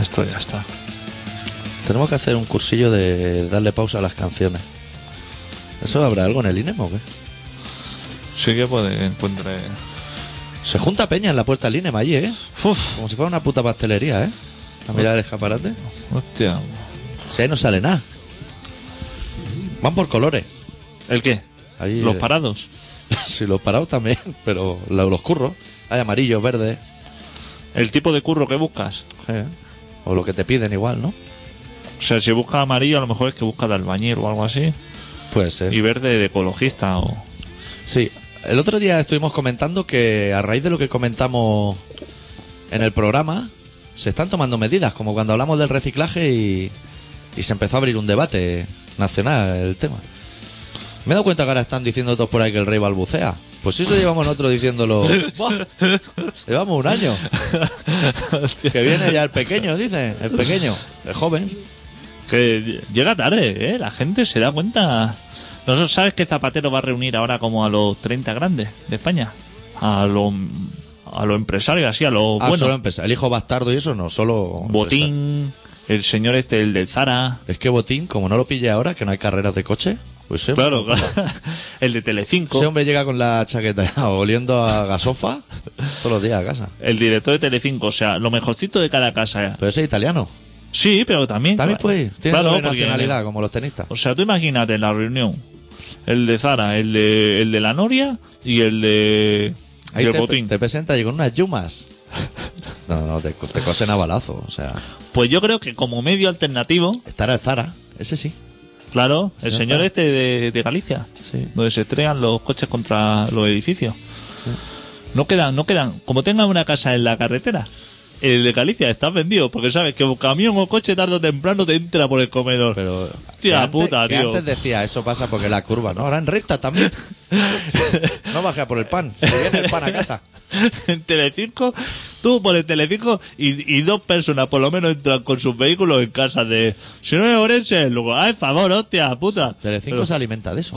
S3: Esto ya está.
S1: Tenemos que hacer un cursillo de darle pausa a las canciones. ¿Eso habrá algo en el INEM o qué?
S3: Sí que puede encuentre.
S1: Se junta peña en la puerta del INEM allí, ¿eh?
S3: Uf,
S1: Como si fuera una puta pastelería, ¿eh? A mirar el escaparate.
S3: hostia.
S1: Si ahí no sale nada. Van por colores.
S3: ¿El qué?
S1: Ahí,
S3: Los
S1: eh,
S3: parados.
S1: Si los parados también, pero lo- los curros. Hay amarillos, verdes.
S3: El tipo de curro que buscas.
S1: eh, O lo que te piden igual, ¿no?
S3: O sea, si buscas amarillo, a lo mejor es que busca de albañil o algo así.
S1: Puede ser.
S3: Y verde de ecologista o.
S1: Sí. El otro día estuvimos comentando que a raíz de lo que comentamos en el programa, se están tomando medidas, como cuando hablamos del reciclaje y, y se empezó a abrir un debate nacional el tema. Me he dado cuenta que ahora están diciendo todos por ahí que el rey balbucea. Pues sí, eso llevamos nosotros diciéndolo. ¡buah! Llevamos un año. Que viene ya el pequeño, dicen. El pequeño, el joven.
S3: Que llega tarde, ¿eh? La gente se da cuenta. Nosotros sabes que Zapatero va a reunir ahora como a los 30 grandes de España. A los a los empresarios, así, a los
S1: Ah, solo
S3: buenos.
S1: empezar. El hijo bastardo y eso no, solo. empresa-
S3: Botín, el señor este, el del Zara.
S1: Es que Botín, como no lo pille ahora, que no hay carreras de coche, Pues sí,
S3: Claro, claro. El de Telecinco.
S1: Ese hombre llega con la chaqueta ya oliendo a gasofa todos los días a casa.
S3: El director de Telecinco, o sea, lo mejorcito de cada casa.
S1: Pero ese es italiano.
S3: Sí, pero también.
S1: También puede ir. Tiene
S3: Claro,
S1: doble
S3: porque-
S1: nacionalidad, como los tenistas.
S3: O sea, tú imagínate la reunión. El de Zara, el de, el de la Noria y el de. y
S1: Ahí
S3: el
S1: te,
S3: Botín.
S1: te presenta y con unas yumas. No, no, te, te cosen a balazo. O sea,
S3: Pues yo creo que como medio alternativo,
S1: estará el Zara. Ese sí.
S3: claro, el
S1: Señor
S3: señor
S1: Zara.
S3: este de, de Galicia,
S1: Sí.
S3: donde se estrean los coches contra los edificios. No quedan, no quedan. Como tengan una casa en la carretera, el de Galicia está vendido, porque sabes que un camión o coche tarde o temprano te entra por el comedor.
S1: Pero.
S3: Tía
S1: que antes-
S3: puta,
S1: que
S3: tío.
S1: Antes decía, eso pasa porque la curva, ¿no? Ahora en recta también. No baja por el pan. que viene el pan a casa.
S3: en Telecinco, tú por el Telecinco y, y dos personas por lo menos entran con sus vehículos en casa de... Si no es Orense, luego, ay, favor, hostia, puta.
S1: Telecinco
S3: Pero-
S1: se alimenta de eso.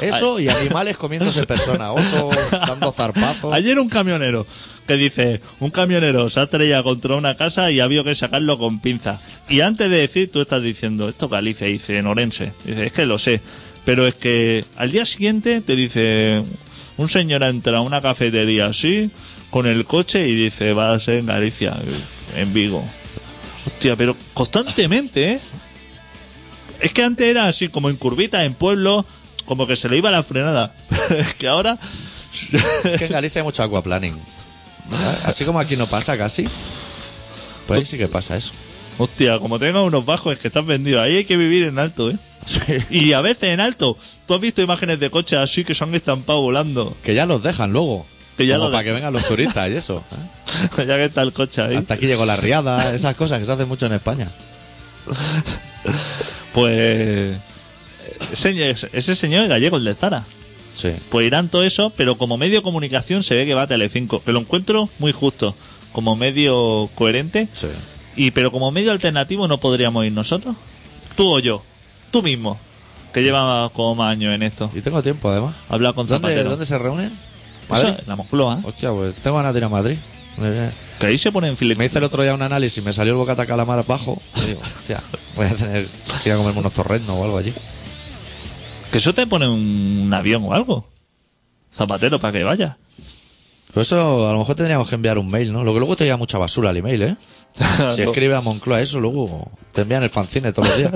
S1: Eso y animales comiéndose personas. Osos dando zarpazos.
S3: Ayer un camionero que dice, un camionero se ha estrellado contra una casa y ha habido que sacarlo con pinza. Y antes de decir, tú estás diciendo, esto es Galicia, dice, en Orense. Dice, es que lo sé. Pero es que al día siguiente te dice, un señor entra a una cafetería así, con el coche y dice, va a ser en Galicia, Uf, en Vigo. Hostia, pero constantemente, ¿eh? Es que antes era así, como en curvitas, en pueblos, como que se le iba la frenada. es que ahora...
S1: Es que en Galicia hay mucho aquaplaning. Así como aquí no pasa casi. Pues ahí sí que pasa eso.
S3: Hostia, como tengas unos bajos es que estás vendido. Ahí hay que vivir en alto, ¿eh? Y a veces en alto. Tú has visto imágenes de coches así que se han estampado volando.
S1: Que ya los dejan luego.
S3: Que ya
S1: Como
S3: lo
S1: para
S3: dejan.
S1: que vengan los turistas y eso.
S3: ya que está el coche ahí.
S1: Hasta aquí llegó la riada, esas cosas que se hacen mucho en España.
S3: Pues... Ese, ese señor es gallego, el de Zara.
S1: Sí.
S3: Pues irán todo eso, pero como medio de comunicación se ve que va a Telecinco. Que lo encuentro muy justo. Como medio coherente.
S1: Sí.
S3: Y pero como medio alternativo no podríamos ir nosotros. Tú o yo. Tú mismo. Que llevas como más años en esto.
S1: Y tengo tiempo además.
S3: Habla con
S1: ¿Dónde,
S3: Zapatero.
S1: ¿Dónde se reúnen?
S3: Eso,
S1: ¿Madrid?
S3: la Moncloa. ¿eh?
S1: Hostia, pues tengo ganas de ir a Madrid. Muy bien.
S3: Que ahí se pone en
S1: Me
S3: filete.
S1: hice el otro día un análisis y me salió el bocata calamar abajo. Y digo, hostia, voy a tener que ir a comerme unos torrendos o algo allí.
S3: Que eso te pone un avión o algo. Zapatero para que vaya.
S1: Pero eso, a lo mejor tendríamos que enviar un mail, ¿no? Lo que luego te llega mucha basura al email, ¿eh? Si escribe a Moncloa eso, luego te envían el fanzine todos los días.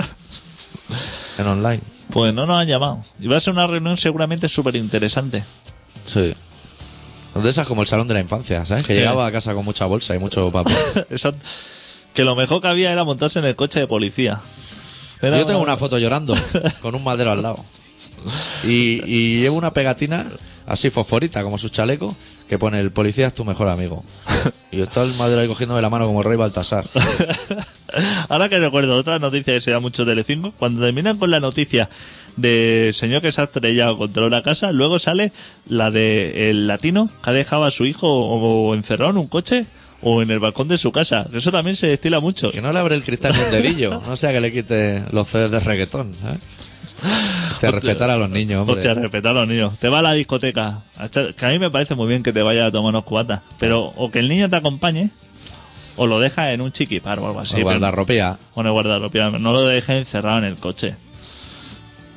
S1: en online.
S3: Pues no nos han llamado. Y va a ser una reunión seguramente súper interesante.
S1: Sí. De esas como el salón de la infancia, ¿sabes? Que
S3: Sí.
S1: llegaba a casa con mucha bolsa y mucho papel.
S3: Exacto. Que lo mejor que había era montarse en el coche de policía. Era
S1: Yo tengo una foto llorando con un madero al lado. Y, y llevo una pegatina así fosforita, como su chaleco, que pone el policía es tu mejor amigo. Y está el madero ahí cogiéndome la mano como el rey Baltasar.
S3: Ahora que recuerdo otra noticia que se da mucho Telecinco, cuando terminan con la noticia de señor que se ha estrellado contra una casa, luego sale la de el latino que ha dejado a su hijo o encerrado en un coche o en el balcón de su casa. Eso también se destila mucho.
S1: Que no le abre el cristal ni un dedillo, no sea que le quite los CDs de reggaetón, ¿sabes? Hostia, respetar a los niños, hombre.
S3: Hostia, respetar a los niños. Te va a la discoteca. a echar- Que a mí me parece muy bien que te vayas a tomar unos cubatas. Pero o que el niño te acompañe o lo dejas en un chiquipar o algo así.
S1: O
S3: pero-
S1: guardarropía.
S3: o en el guardarropía. No lo dejes encerrado en el coche.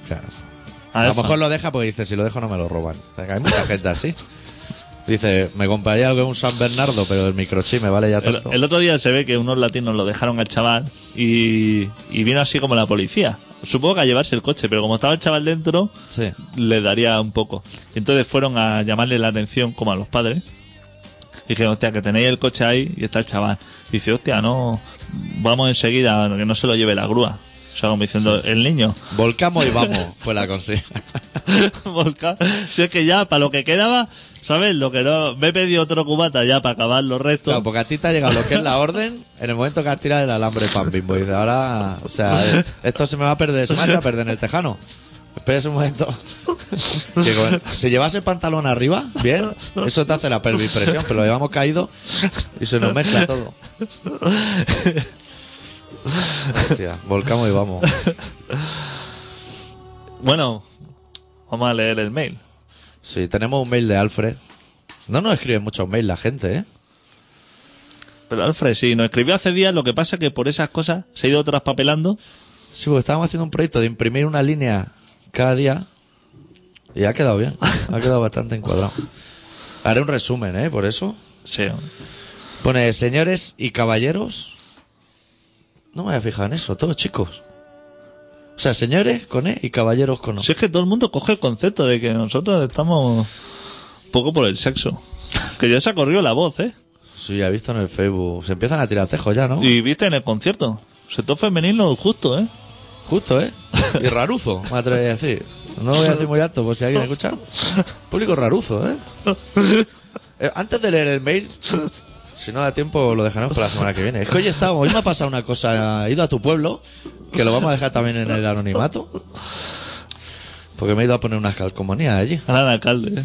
S1: Claro.
S3: ver,
S1: A lo
S3: Fran.
S1: mejor lo deja porque dice, si lo dejo no me lo roban. O sea, que hay mucha gente así. Dice, me compraría algo que un San Bernardo, pero el microchip me vale ya
S3: El,
S1: tanto.
S3: el otro día se ve que unos latinos lo dejaron al chaval y, y vino así como la policía. Supongo que a llevarse el coche, pero como estaba el chaval dentro,
S1: Sí.
S3: le daría un poco. Y entonces fueron a llamarle la atención, como a los padres. Y dijeron, hostia, que tenéis el coche ahí y está el chaval. Y dice, hostia, no, vamos enseguida, que no se lo lleve la grúa. O sea, como diciendo, el niño.
S1: Volcamos y vamos, fue la consigna.
S3: volcado. Si es que ya, para lo que quedaba, ¿sabes? Lo que no. Me he pedido otro cubata ya para acabar los restos.
S1: Claro, porque a ti te ha llegado lo que es la orden en el momento que has tirado el alambre pan bimbo. Y dices, ahora, o sea, esto se me va a perder, se me va a echar a perder en el tejano. Espérese un momento. Que con- si llevas el pantalón arriba, bien, eso te hace la pervipresión, pero lo llevamos caído y se nos mezcla todo. Hostia, volcamos y vamos.
S3: Bueno, vamos a leer el mail.
S1: Sí, tenemos un mail de Alfred. No nos escriben muchos mails la gente, ¿eh?
S3: Pero Alfred, sí, nos escribió hace días, lo que pasa es que por esas cosas se ha ido traspapelando.
S1: Sí, porque estábamos haciendo un proyecto de imprimir una línea cada día y ha quedado bien, ha quedado bastante encuadrado. Haré un resumen, ¿eh? Por eso.
S3: Sí.
S1: Pone, señores y caballeros. No me había fijado en eso, todos chicos. O sea, señores con E y caballeros con O.
S3: Si es que todo el mundo coge el concepto de que nosotros estamos poco por el sexo. Que ya se ha corrido la voz, ¿eh?
S1: Sí, ya he visto en el Facebook. Se empiezan a tirar tejos ya, ¿no?
S3: Y viste en el concierto. Sector femenino justo, ¿eh?
S1: Justo, ¿eh? Y raruzo, me atrevería a decir. No voy a decir muy alto por si alguien escucha. Público raruzo, ¿eh? Eh, Antes de leer el mail, si no da tiempo, lo dejaremos para la semana que viene. Es que hoy, está, hoy me ha pasado una cosa. He ido a tu pueblo, que lo vamos a dejar también en el anonimato. Porque me he ido a poner unas calcomanías allí.
S3: Ahora el alcalde, ¿eh?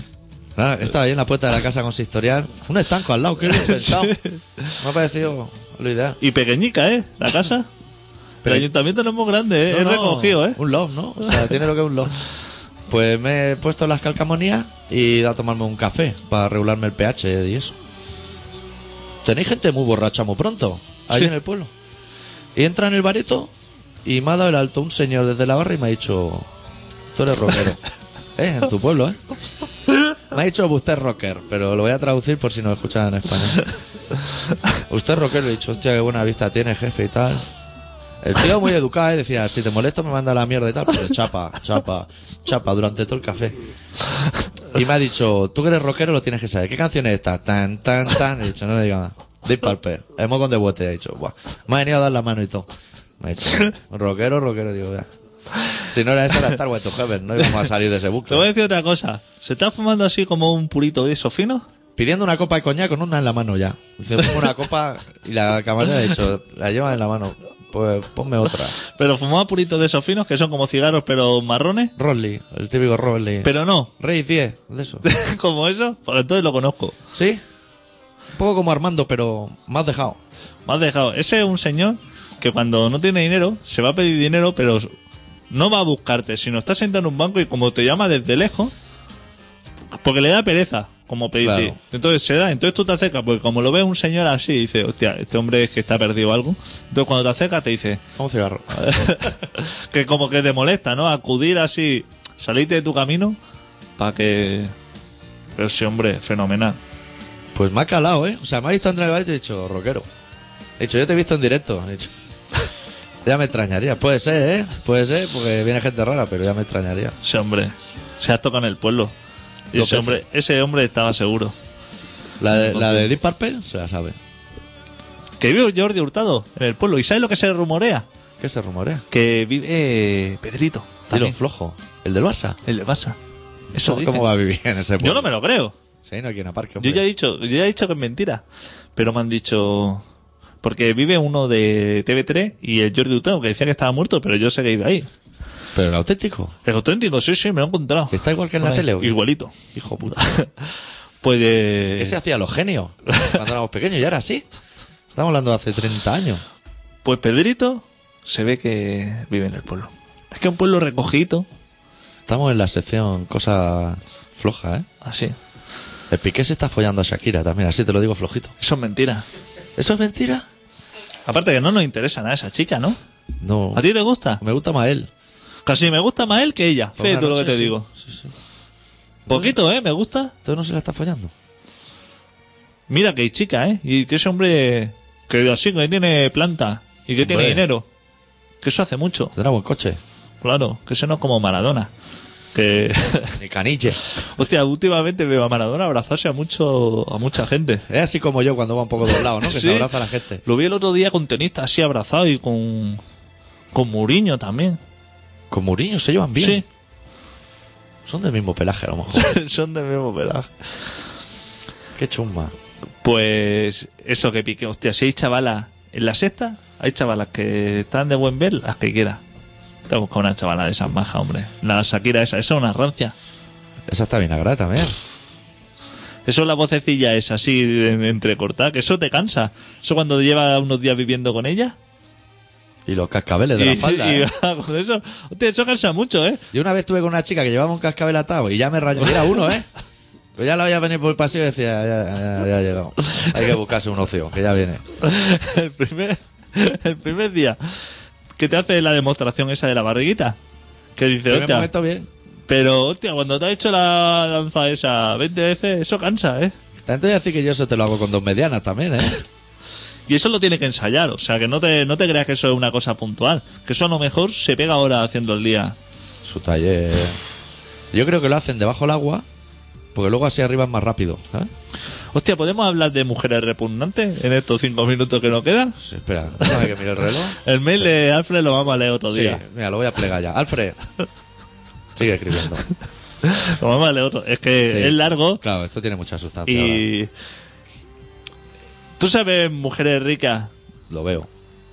S1: Nada, Estaba ahí en la puerta de la casa consistorial. Un estanco al lado, que lo he pensado. Me ha parecido lo ideal.
S3: Y pequeñica, ¿eh? La casa.
S1: Pero-
S3: el ayuntamiento no es muy grande, ¿eh?
S1: No,
S3: es
S1: no,
S3: recogido, ¿eh?
S1: Un loft, ¿no? O sea, tiene lo que es un loft. Pues me he puesto las calcamonías y he ido a tomarme un café para regularme el pH y eso. Tenéis gente muy borracha muy pronto, ahí
S3: Sí.
S1: en el pueblo. Y entra en el bareto y me ha dado el alto un señor desde la barra y me ha dicho, tú eres rockero. eh, en tu pueblo, ¿eh? Me ha dicho usted es rocker, pero lo voy a traducir por si no lo escuchan en español. usted es rocker, le he dicho, hostia, qué buena vista tiene, jefe y tal. El tío muy educado, ¿eh? decía, si te molesto me manda a la mierda y tal, pero chapa, chapa, chapa durante todo el café. Y me ha dicho, tú que eres rockero lo tienes que saber. ¿Qué canción es esta? Tan, tan, tan. He dicho, no le digas más. Deep Purple. El con de bote. He dicho, buah. Me ha venido a dar la mano y todo. Me ha dicho, rockero, rockero. Digo, ya. Si no era esa, era Star Wars to Heaven. No íbamos a salir de ese
S3: Te voy a
S1: bucle.
S3: decir otra cosa. Se está fumando así como un purito de eso fino.
S1: Pidiendo una copa de coñac con una en la mano ya. Dice, pongo una copa y la camarera ha dicho, la lleva en la mano. Pues ponme otra.
S3: Pero fumaba puritos de esos finos, que son como cigarros, pero marrones.
S1: Rolly, el típico Rolly.
S3: Pero no,
S1: Rey 10, de eso.
S3: como eso, porque entonces lo conozco.
S1: ¿Sí? Un poco como Armando, pero más dejado.
S3: Me has dejado. Ese es un señor que cuando no tiene dinero, se va a pedir dinero, pero no va a buscarte, sino está sentado en un banco y como te llama desde lejos, porque le da pereza como pedirte.
S1: Claro.
S3: Entonces se da, entonces tú te acercas, porque como lo ves un señor así, dice, hostia, este hombre es que está perdido o algo. Entonces cuando te acercas te dice,
S1: Un cigarro.
S3: que como que te molesta, ¿no? Acudir así, salirte de tu camino para que... Pero sí, hombre, fenomenal.
S1: Pues me ha calado, ¿eh? O sea, me ha visto entrar en el bar y te he dicho, rockero. He dicho, yo te he visto en directo. He dicho, ya me extrañaría. Puede ser, ¿eh? Puede ser, porque viene gente rara, pero ya me extrañaría.
S3: Ese hombre se ha tocado en el pueblo. Y
S1: Lo
S3: ese
S1: que
S3: hombre, ese hombre estaba seguro.
S1: La de, la de Deep Purple se la sabe.
S3: Que vive Jordi Hurtado en el pueblo. ¿Y sabes lo que se rumorea?
S1: ¿Qué se rumorea?
S3: Que vive eh, Pedrito.
S1: Dilo
S3: también,
S1: flojo. ¿El del Barça?
S3: el de Barça. Eso
S1: ¿Cómo-
S3: dicen.
S1: ¿Cómo va a vivir en ese pueblo?
S3: Yo no me lo creo.
S1: Sí, no hay quien aparque,
S3: Yo
S1: hombre.
S3: ya he dicho, yo ya he dicho que es mentira. Pero me han dicho. Porque vive uno de TV3 y el Jordi Hurtado, que decía que estaba muerto, pero yo sé que iba ahí.
S1: Pero el auténtico.
S3: El auténtico, sí, sí, me lo he encontrado.
S1: ¿Está igual que en
S3: Por
S1: la
S3: ahí.
S1: tele o qué?
S3: Igualito.
S1: Hijo puta.
S3: Pues eh,
S1: ¿Qué se hacía los genios cuando éramos pequeños? Y ahora sí. Estamos hablando de hace 30 años.
S3: Pues Pedrito se ve que vive en el pueblo. Es que es un pueblo recogido,
S1: Estamos en la sección cosa floja, ¿eh?
S3: así.
S1: El Piqué se está follando a Shakira también, así te lo digo flojito.
S3: Eso es mentira.
S1: ¿Eso es mentira?
S3: Aparte que no nos interesa nada esa chica, ¿no?
S1: No.
S3: ¿A ti te gusta?
S1: Me gusta más él.
S3: Casi me gusta más él que ella.
S1: Por Pues una
S3: Fíjate lo que
S1: noche,
S3: te
S1: sí.
S3: digo.
S1: Sí, sí.
S3: Poquito, ¿eh? Me gusta.
S1: Entonces no se la está follando.
S3: Mira que hay chica, ¿eh? Y que ese hombre... Que así, que tiene planta. Y que tiene
S1: Hombre.
S3: dinero. Que eso hace mucho.
S1: Tendrá buen coche.
S3: Claro, que eso no es como Maradona. Que...
S1: Ni canille.
S3: Hostia, últimamente veo a Maradona abrazarse a mucho a mucha gente.
S1: Es así como yo cuando va un poco doblado, ¿no? Que
S3: Sí.
S1: se abraza a la gente.
S3: Lo vi el otro día con tenistas así abrazado y con. con Muriño también.
S1: Con Muriño se llevan bien. Son del mismo pelaje a lo mejor.
S3: Sí, son del mismo pelaje.
S1: Qué chumba.
S3: Pues eso que pique, hostia, si hay chavalas en la sexta, hay chavalas que están de buen ver, las que quieras. Te buscar una chavala de esas majas, hombre. La Shakira esa, esa es una rancia.
S1: Esa está vinagrada también.
S3: Eso es la vocecilla esa, así de- de entrecortada, que eso te cansa. Eso cuando lleva unos días viviendo con ella.
S1: Y los cascabeles de
S3: y,
S1: la falda.
S3: y
S1: ¿eh?
S3: con eso, hostia, eso cansa mucho, ¿eh?
S1: Yo una vez estuve con una chica que llevaba un cascabel atado y ya me rayó. Era uno, ¿eh? Yo ya la había venido por el pasillo y decía, ya, ya, ya ha llegado. Hay que buscarse un ocio, que ya viene.
S3: el primer, el primer día que te hace la demostración esa de la barriguita, Que dice,
S1: Primer
S3: hostia,
S1: momento bien.
S3: pero hostia, cuando te ha hecho la lanza esa 20 veces, eso cansa, ¿eh?
S1: También te voy a decir que yo eso te lo hago con dos medianas también, ¿eh?
S3: Y eso lo tiene que ensayar, o sea, que no te, no te creas que eso es una cosa puntual, que eso a lo mejor se pega ahora haciendo el día.
S1: Su taller. Yo creo que lo hacen debajo del agua, porque luego así arriba es más rápido, ¿sabes?
S3: Hostia, ¿podemos hablar de mujeres repugnantes en estos cinco minutos que nos quedan?
S1: Sí, espera, déjame que mire el reloj.
S3: El mail de Alfred lo vamos a leer otro
S1: Sí,
S3: día.
S1: mira, lo voy a plegar ya. Alfred, sigue escribiendo.
S3: Lo vamos a leer otro. Es que
S1: Sí.
S3: Eh, es largo
S1: Claro, esto tiene mucha sustancia. ahora.
S3: y. Tú sabes, mujeres ricas,
S1: Lo veo.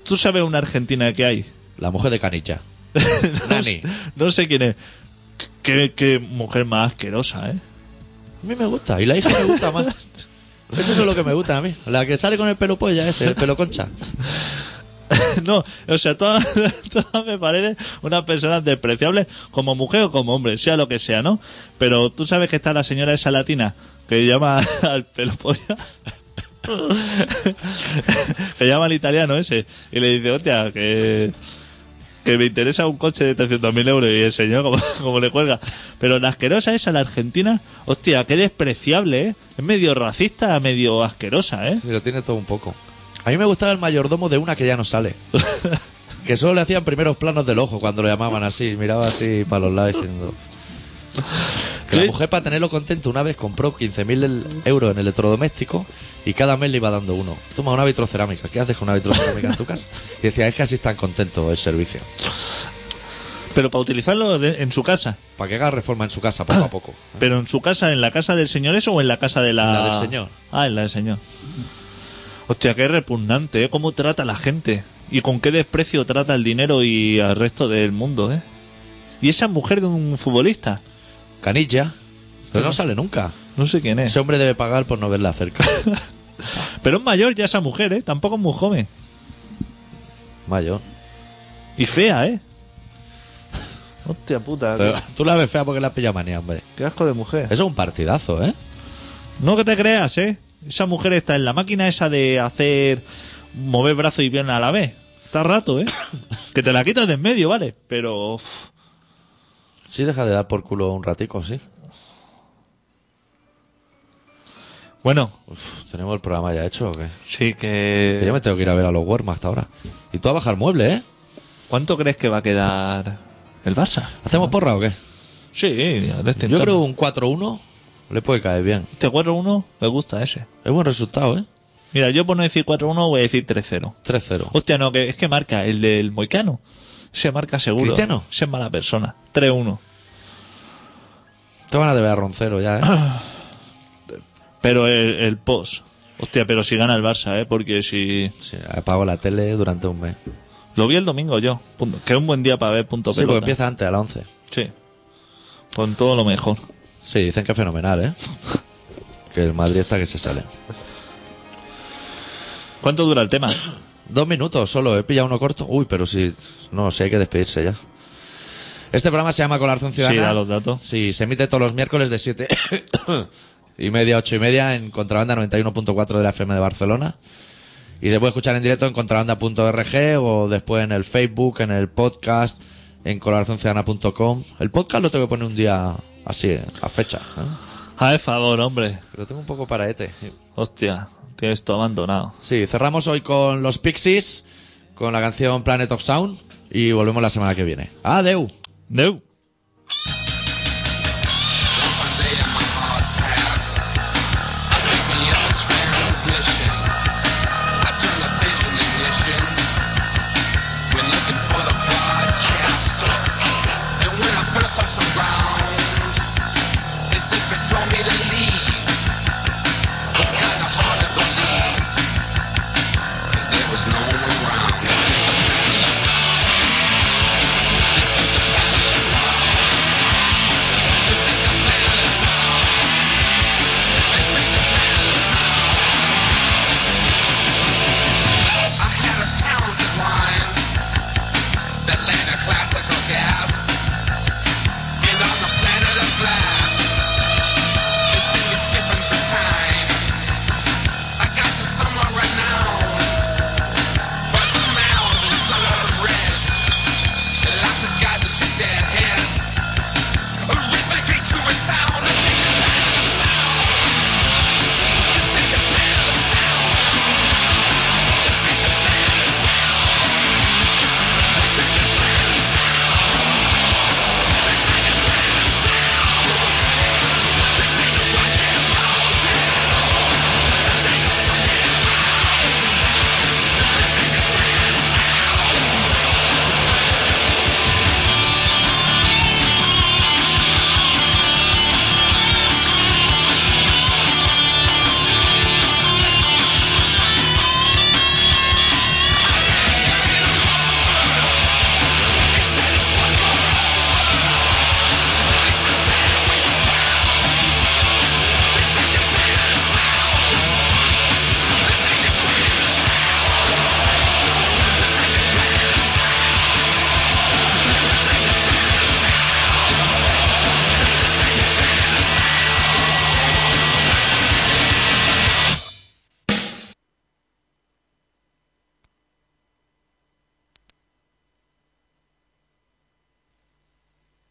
S3: tú sabes una argentina que hay.
S1: La mujer de Canicha.
S3: no,
S1: Nani.
S3: sé- no sé quién es. Qué, qué mujer más asquerosa, ¿eh?
S1: A mí me gusta. Y la hija me gusta más. Eso es lo que me gusta a mí. La que sale con el pelo polla ese, el pelo concha.
S3: No, o sea, todas todas me parecen unas personas despreciables, como mujer o como hombre, sea lo que sea, ¿no? Pero tú sabes que está la señora esa latina que llama al pelopolla. que llama al italiano ese y le dice, hostia, que, que me interesa un coche de 300.000 euros y el señor como, como le cuelga. Pero la asquerosa esa, la argentina, hostia, qué despreciable, ¿eh? Es medio racista, medio asquerosa, ¿eh?
S1: Sí, lo tiene todo un poco. A mí me gustaba el mayordomo de una que ya no sale. Que solo le hacían primeros planos del ojo cuando lo llamaban así. Miraba así para los lados diciendo. Que la
S3: ¿Qué?
S1: mujer, para tenerlo contento, una vez compró 15.000 el- euros en electrodoméstico y cada mes le iba dando uno. Toma una vitrocerámica. ¿Qué haces con una vitrocerámica en tu casa? Y decía, es que así están contentos el servicio.
S3: Pero para utilizarlo de- en su casa.
S1: Para que haga reforma en su casa poco a poco.
S3: ¿Pero en su casa, en la casa del señor eso o en la casa de la...?
S1: La del señor.
S3: Ah, en la del señor. Hostia, qué repugnante, ¿eh? Cómo trata a la gente. Y con qué desprecio trata el dinero y al resto del mundo, ¿eh? Y esa mujer de un futbolista.
S1: Canilla. Pero no sale nunca.
S3: No sé quién es.
S1: Ese hombre debe pagar por no verla cerca.
S3: Pero es mayor ya esa mujer, ¿eh? Tampoco es muy joven.
S1: Mayor.
S3: Y fea, ¿eh? Hostia puta,
S1: Pero tú la ves fea porque la pilla manía, hombre.
S3: qué asco de mujer.
S1: Eso es un partidazo, ¿eh?
S3: No que te creas, ¿eh? Esa mujer está en la máquina esa de hacer mover brazo y pierna a la vez. Está rato, ¿eh? que te la quitas de en medio, ¿vale? Pero... uf,
S1: Sí, deja de dar por culo un ratico, sí.
S3: Bueno,
S1: Uf, ¿Tenemos el programa ya hecho o qué?
S3: sí
S1: Que yo
S3: que...
S1: me tengo que ir a ver a los Worms hasta ahora. Y tú a bajar mueble, ¿eh?
S3: ¿Cuánto crees que va a quedar el Barça?
S1: ¿Hacemos porra o qué?
S3: Sí, de este
S1: Yo creo
S3: entorno.
S1: un 4-1 le puede caer bien.
S3: Este 4-1 me gusta ese.
S1: Es buen resultado, ¿eh?
S3: Mira, yo por no decir 4-1 voy a decir 3-0.
S1: 3-0.
S3: Hostia, no, que es que marca el del Moicano. Se marca seguro.
S1: ¿Cristiano?
S3: Ese es mala persona. 3-1.
S1: Te van a deber a Roncero ya, ¿eh?
S3: Pero el, el post. Hostia, pero si gana el Barça, ¿eh? Porque si...
S1: Sí, apago la tele durante un mes.
S3: Lo vi el domingo yo. Punto. Que es un buen día para ver punto
S1: Sí, porque
S3: pelota.
S1: empieza antes, a las 11.
S3: Sí. Con todo lo mejor.
S1: Sí, dicen que es fenomenal, ¿eh? Que el Madrid está que se sale.
S3: ¿Cuánto dura el tema?
S1: Dos minutos solo, he pillado uno corto. Uy, pero si. No, si hay que despedirse ya. Este programa se llama Colaboración Ciudadana.
S3: Sí, da los datos.
S1: Sí, se emite todos los miércoles de 7 y media, 8 y media en Contrabanda 91.4 de la FM de Barcelona. Y se puede escuchar en directo en contrabanda.org o después en el Facebook, en el podcast, en colaboracionciudadana.com. El podcast lo tengo que poner un día así, a fecha. ¿eh?
S3: A favor, hombre.
S1: Pero tengo un poco E paraete.
S3: Hostia, tienes todo abandonado.
S1: Sí, cerramos hoy con los Pixies, con la canción Planet of Sound y volvemos la semana que viene. Adeu.
S3: Deu.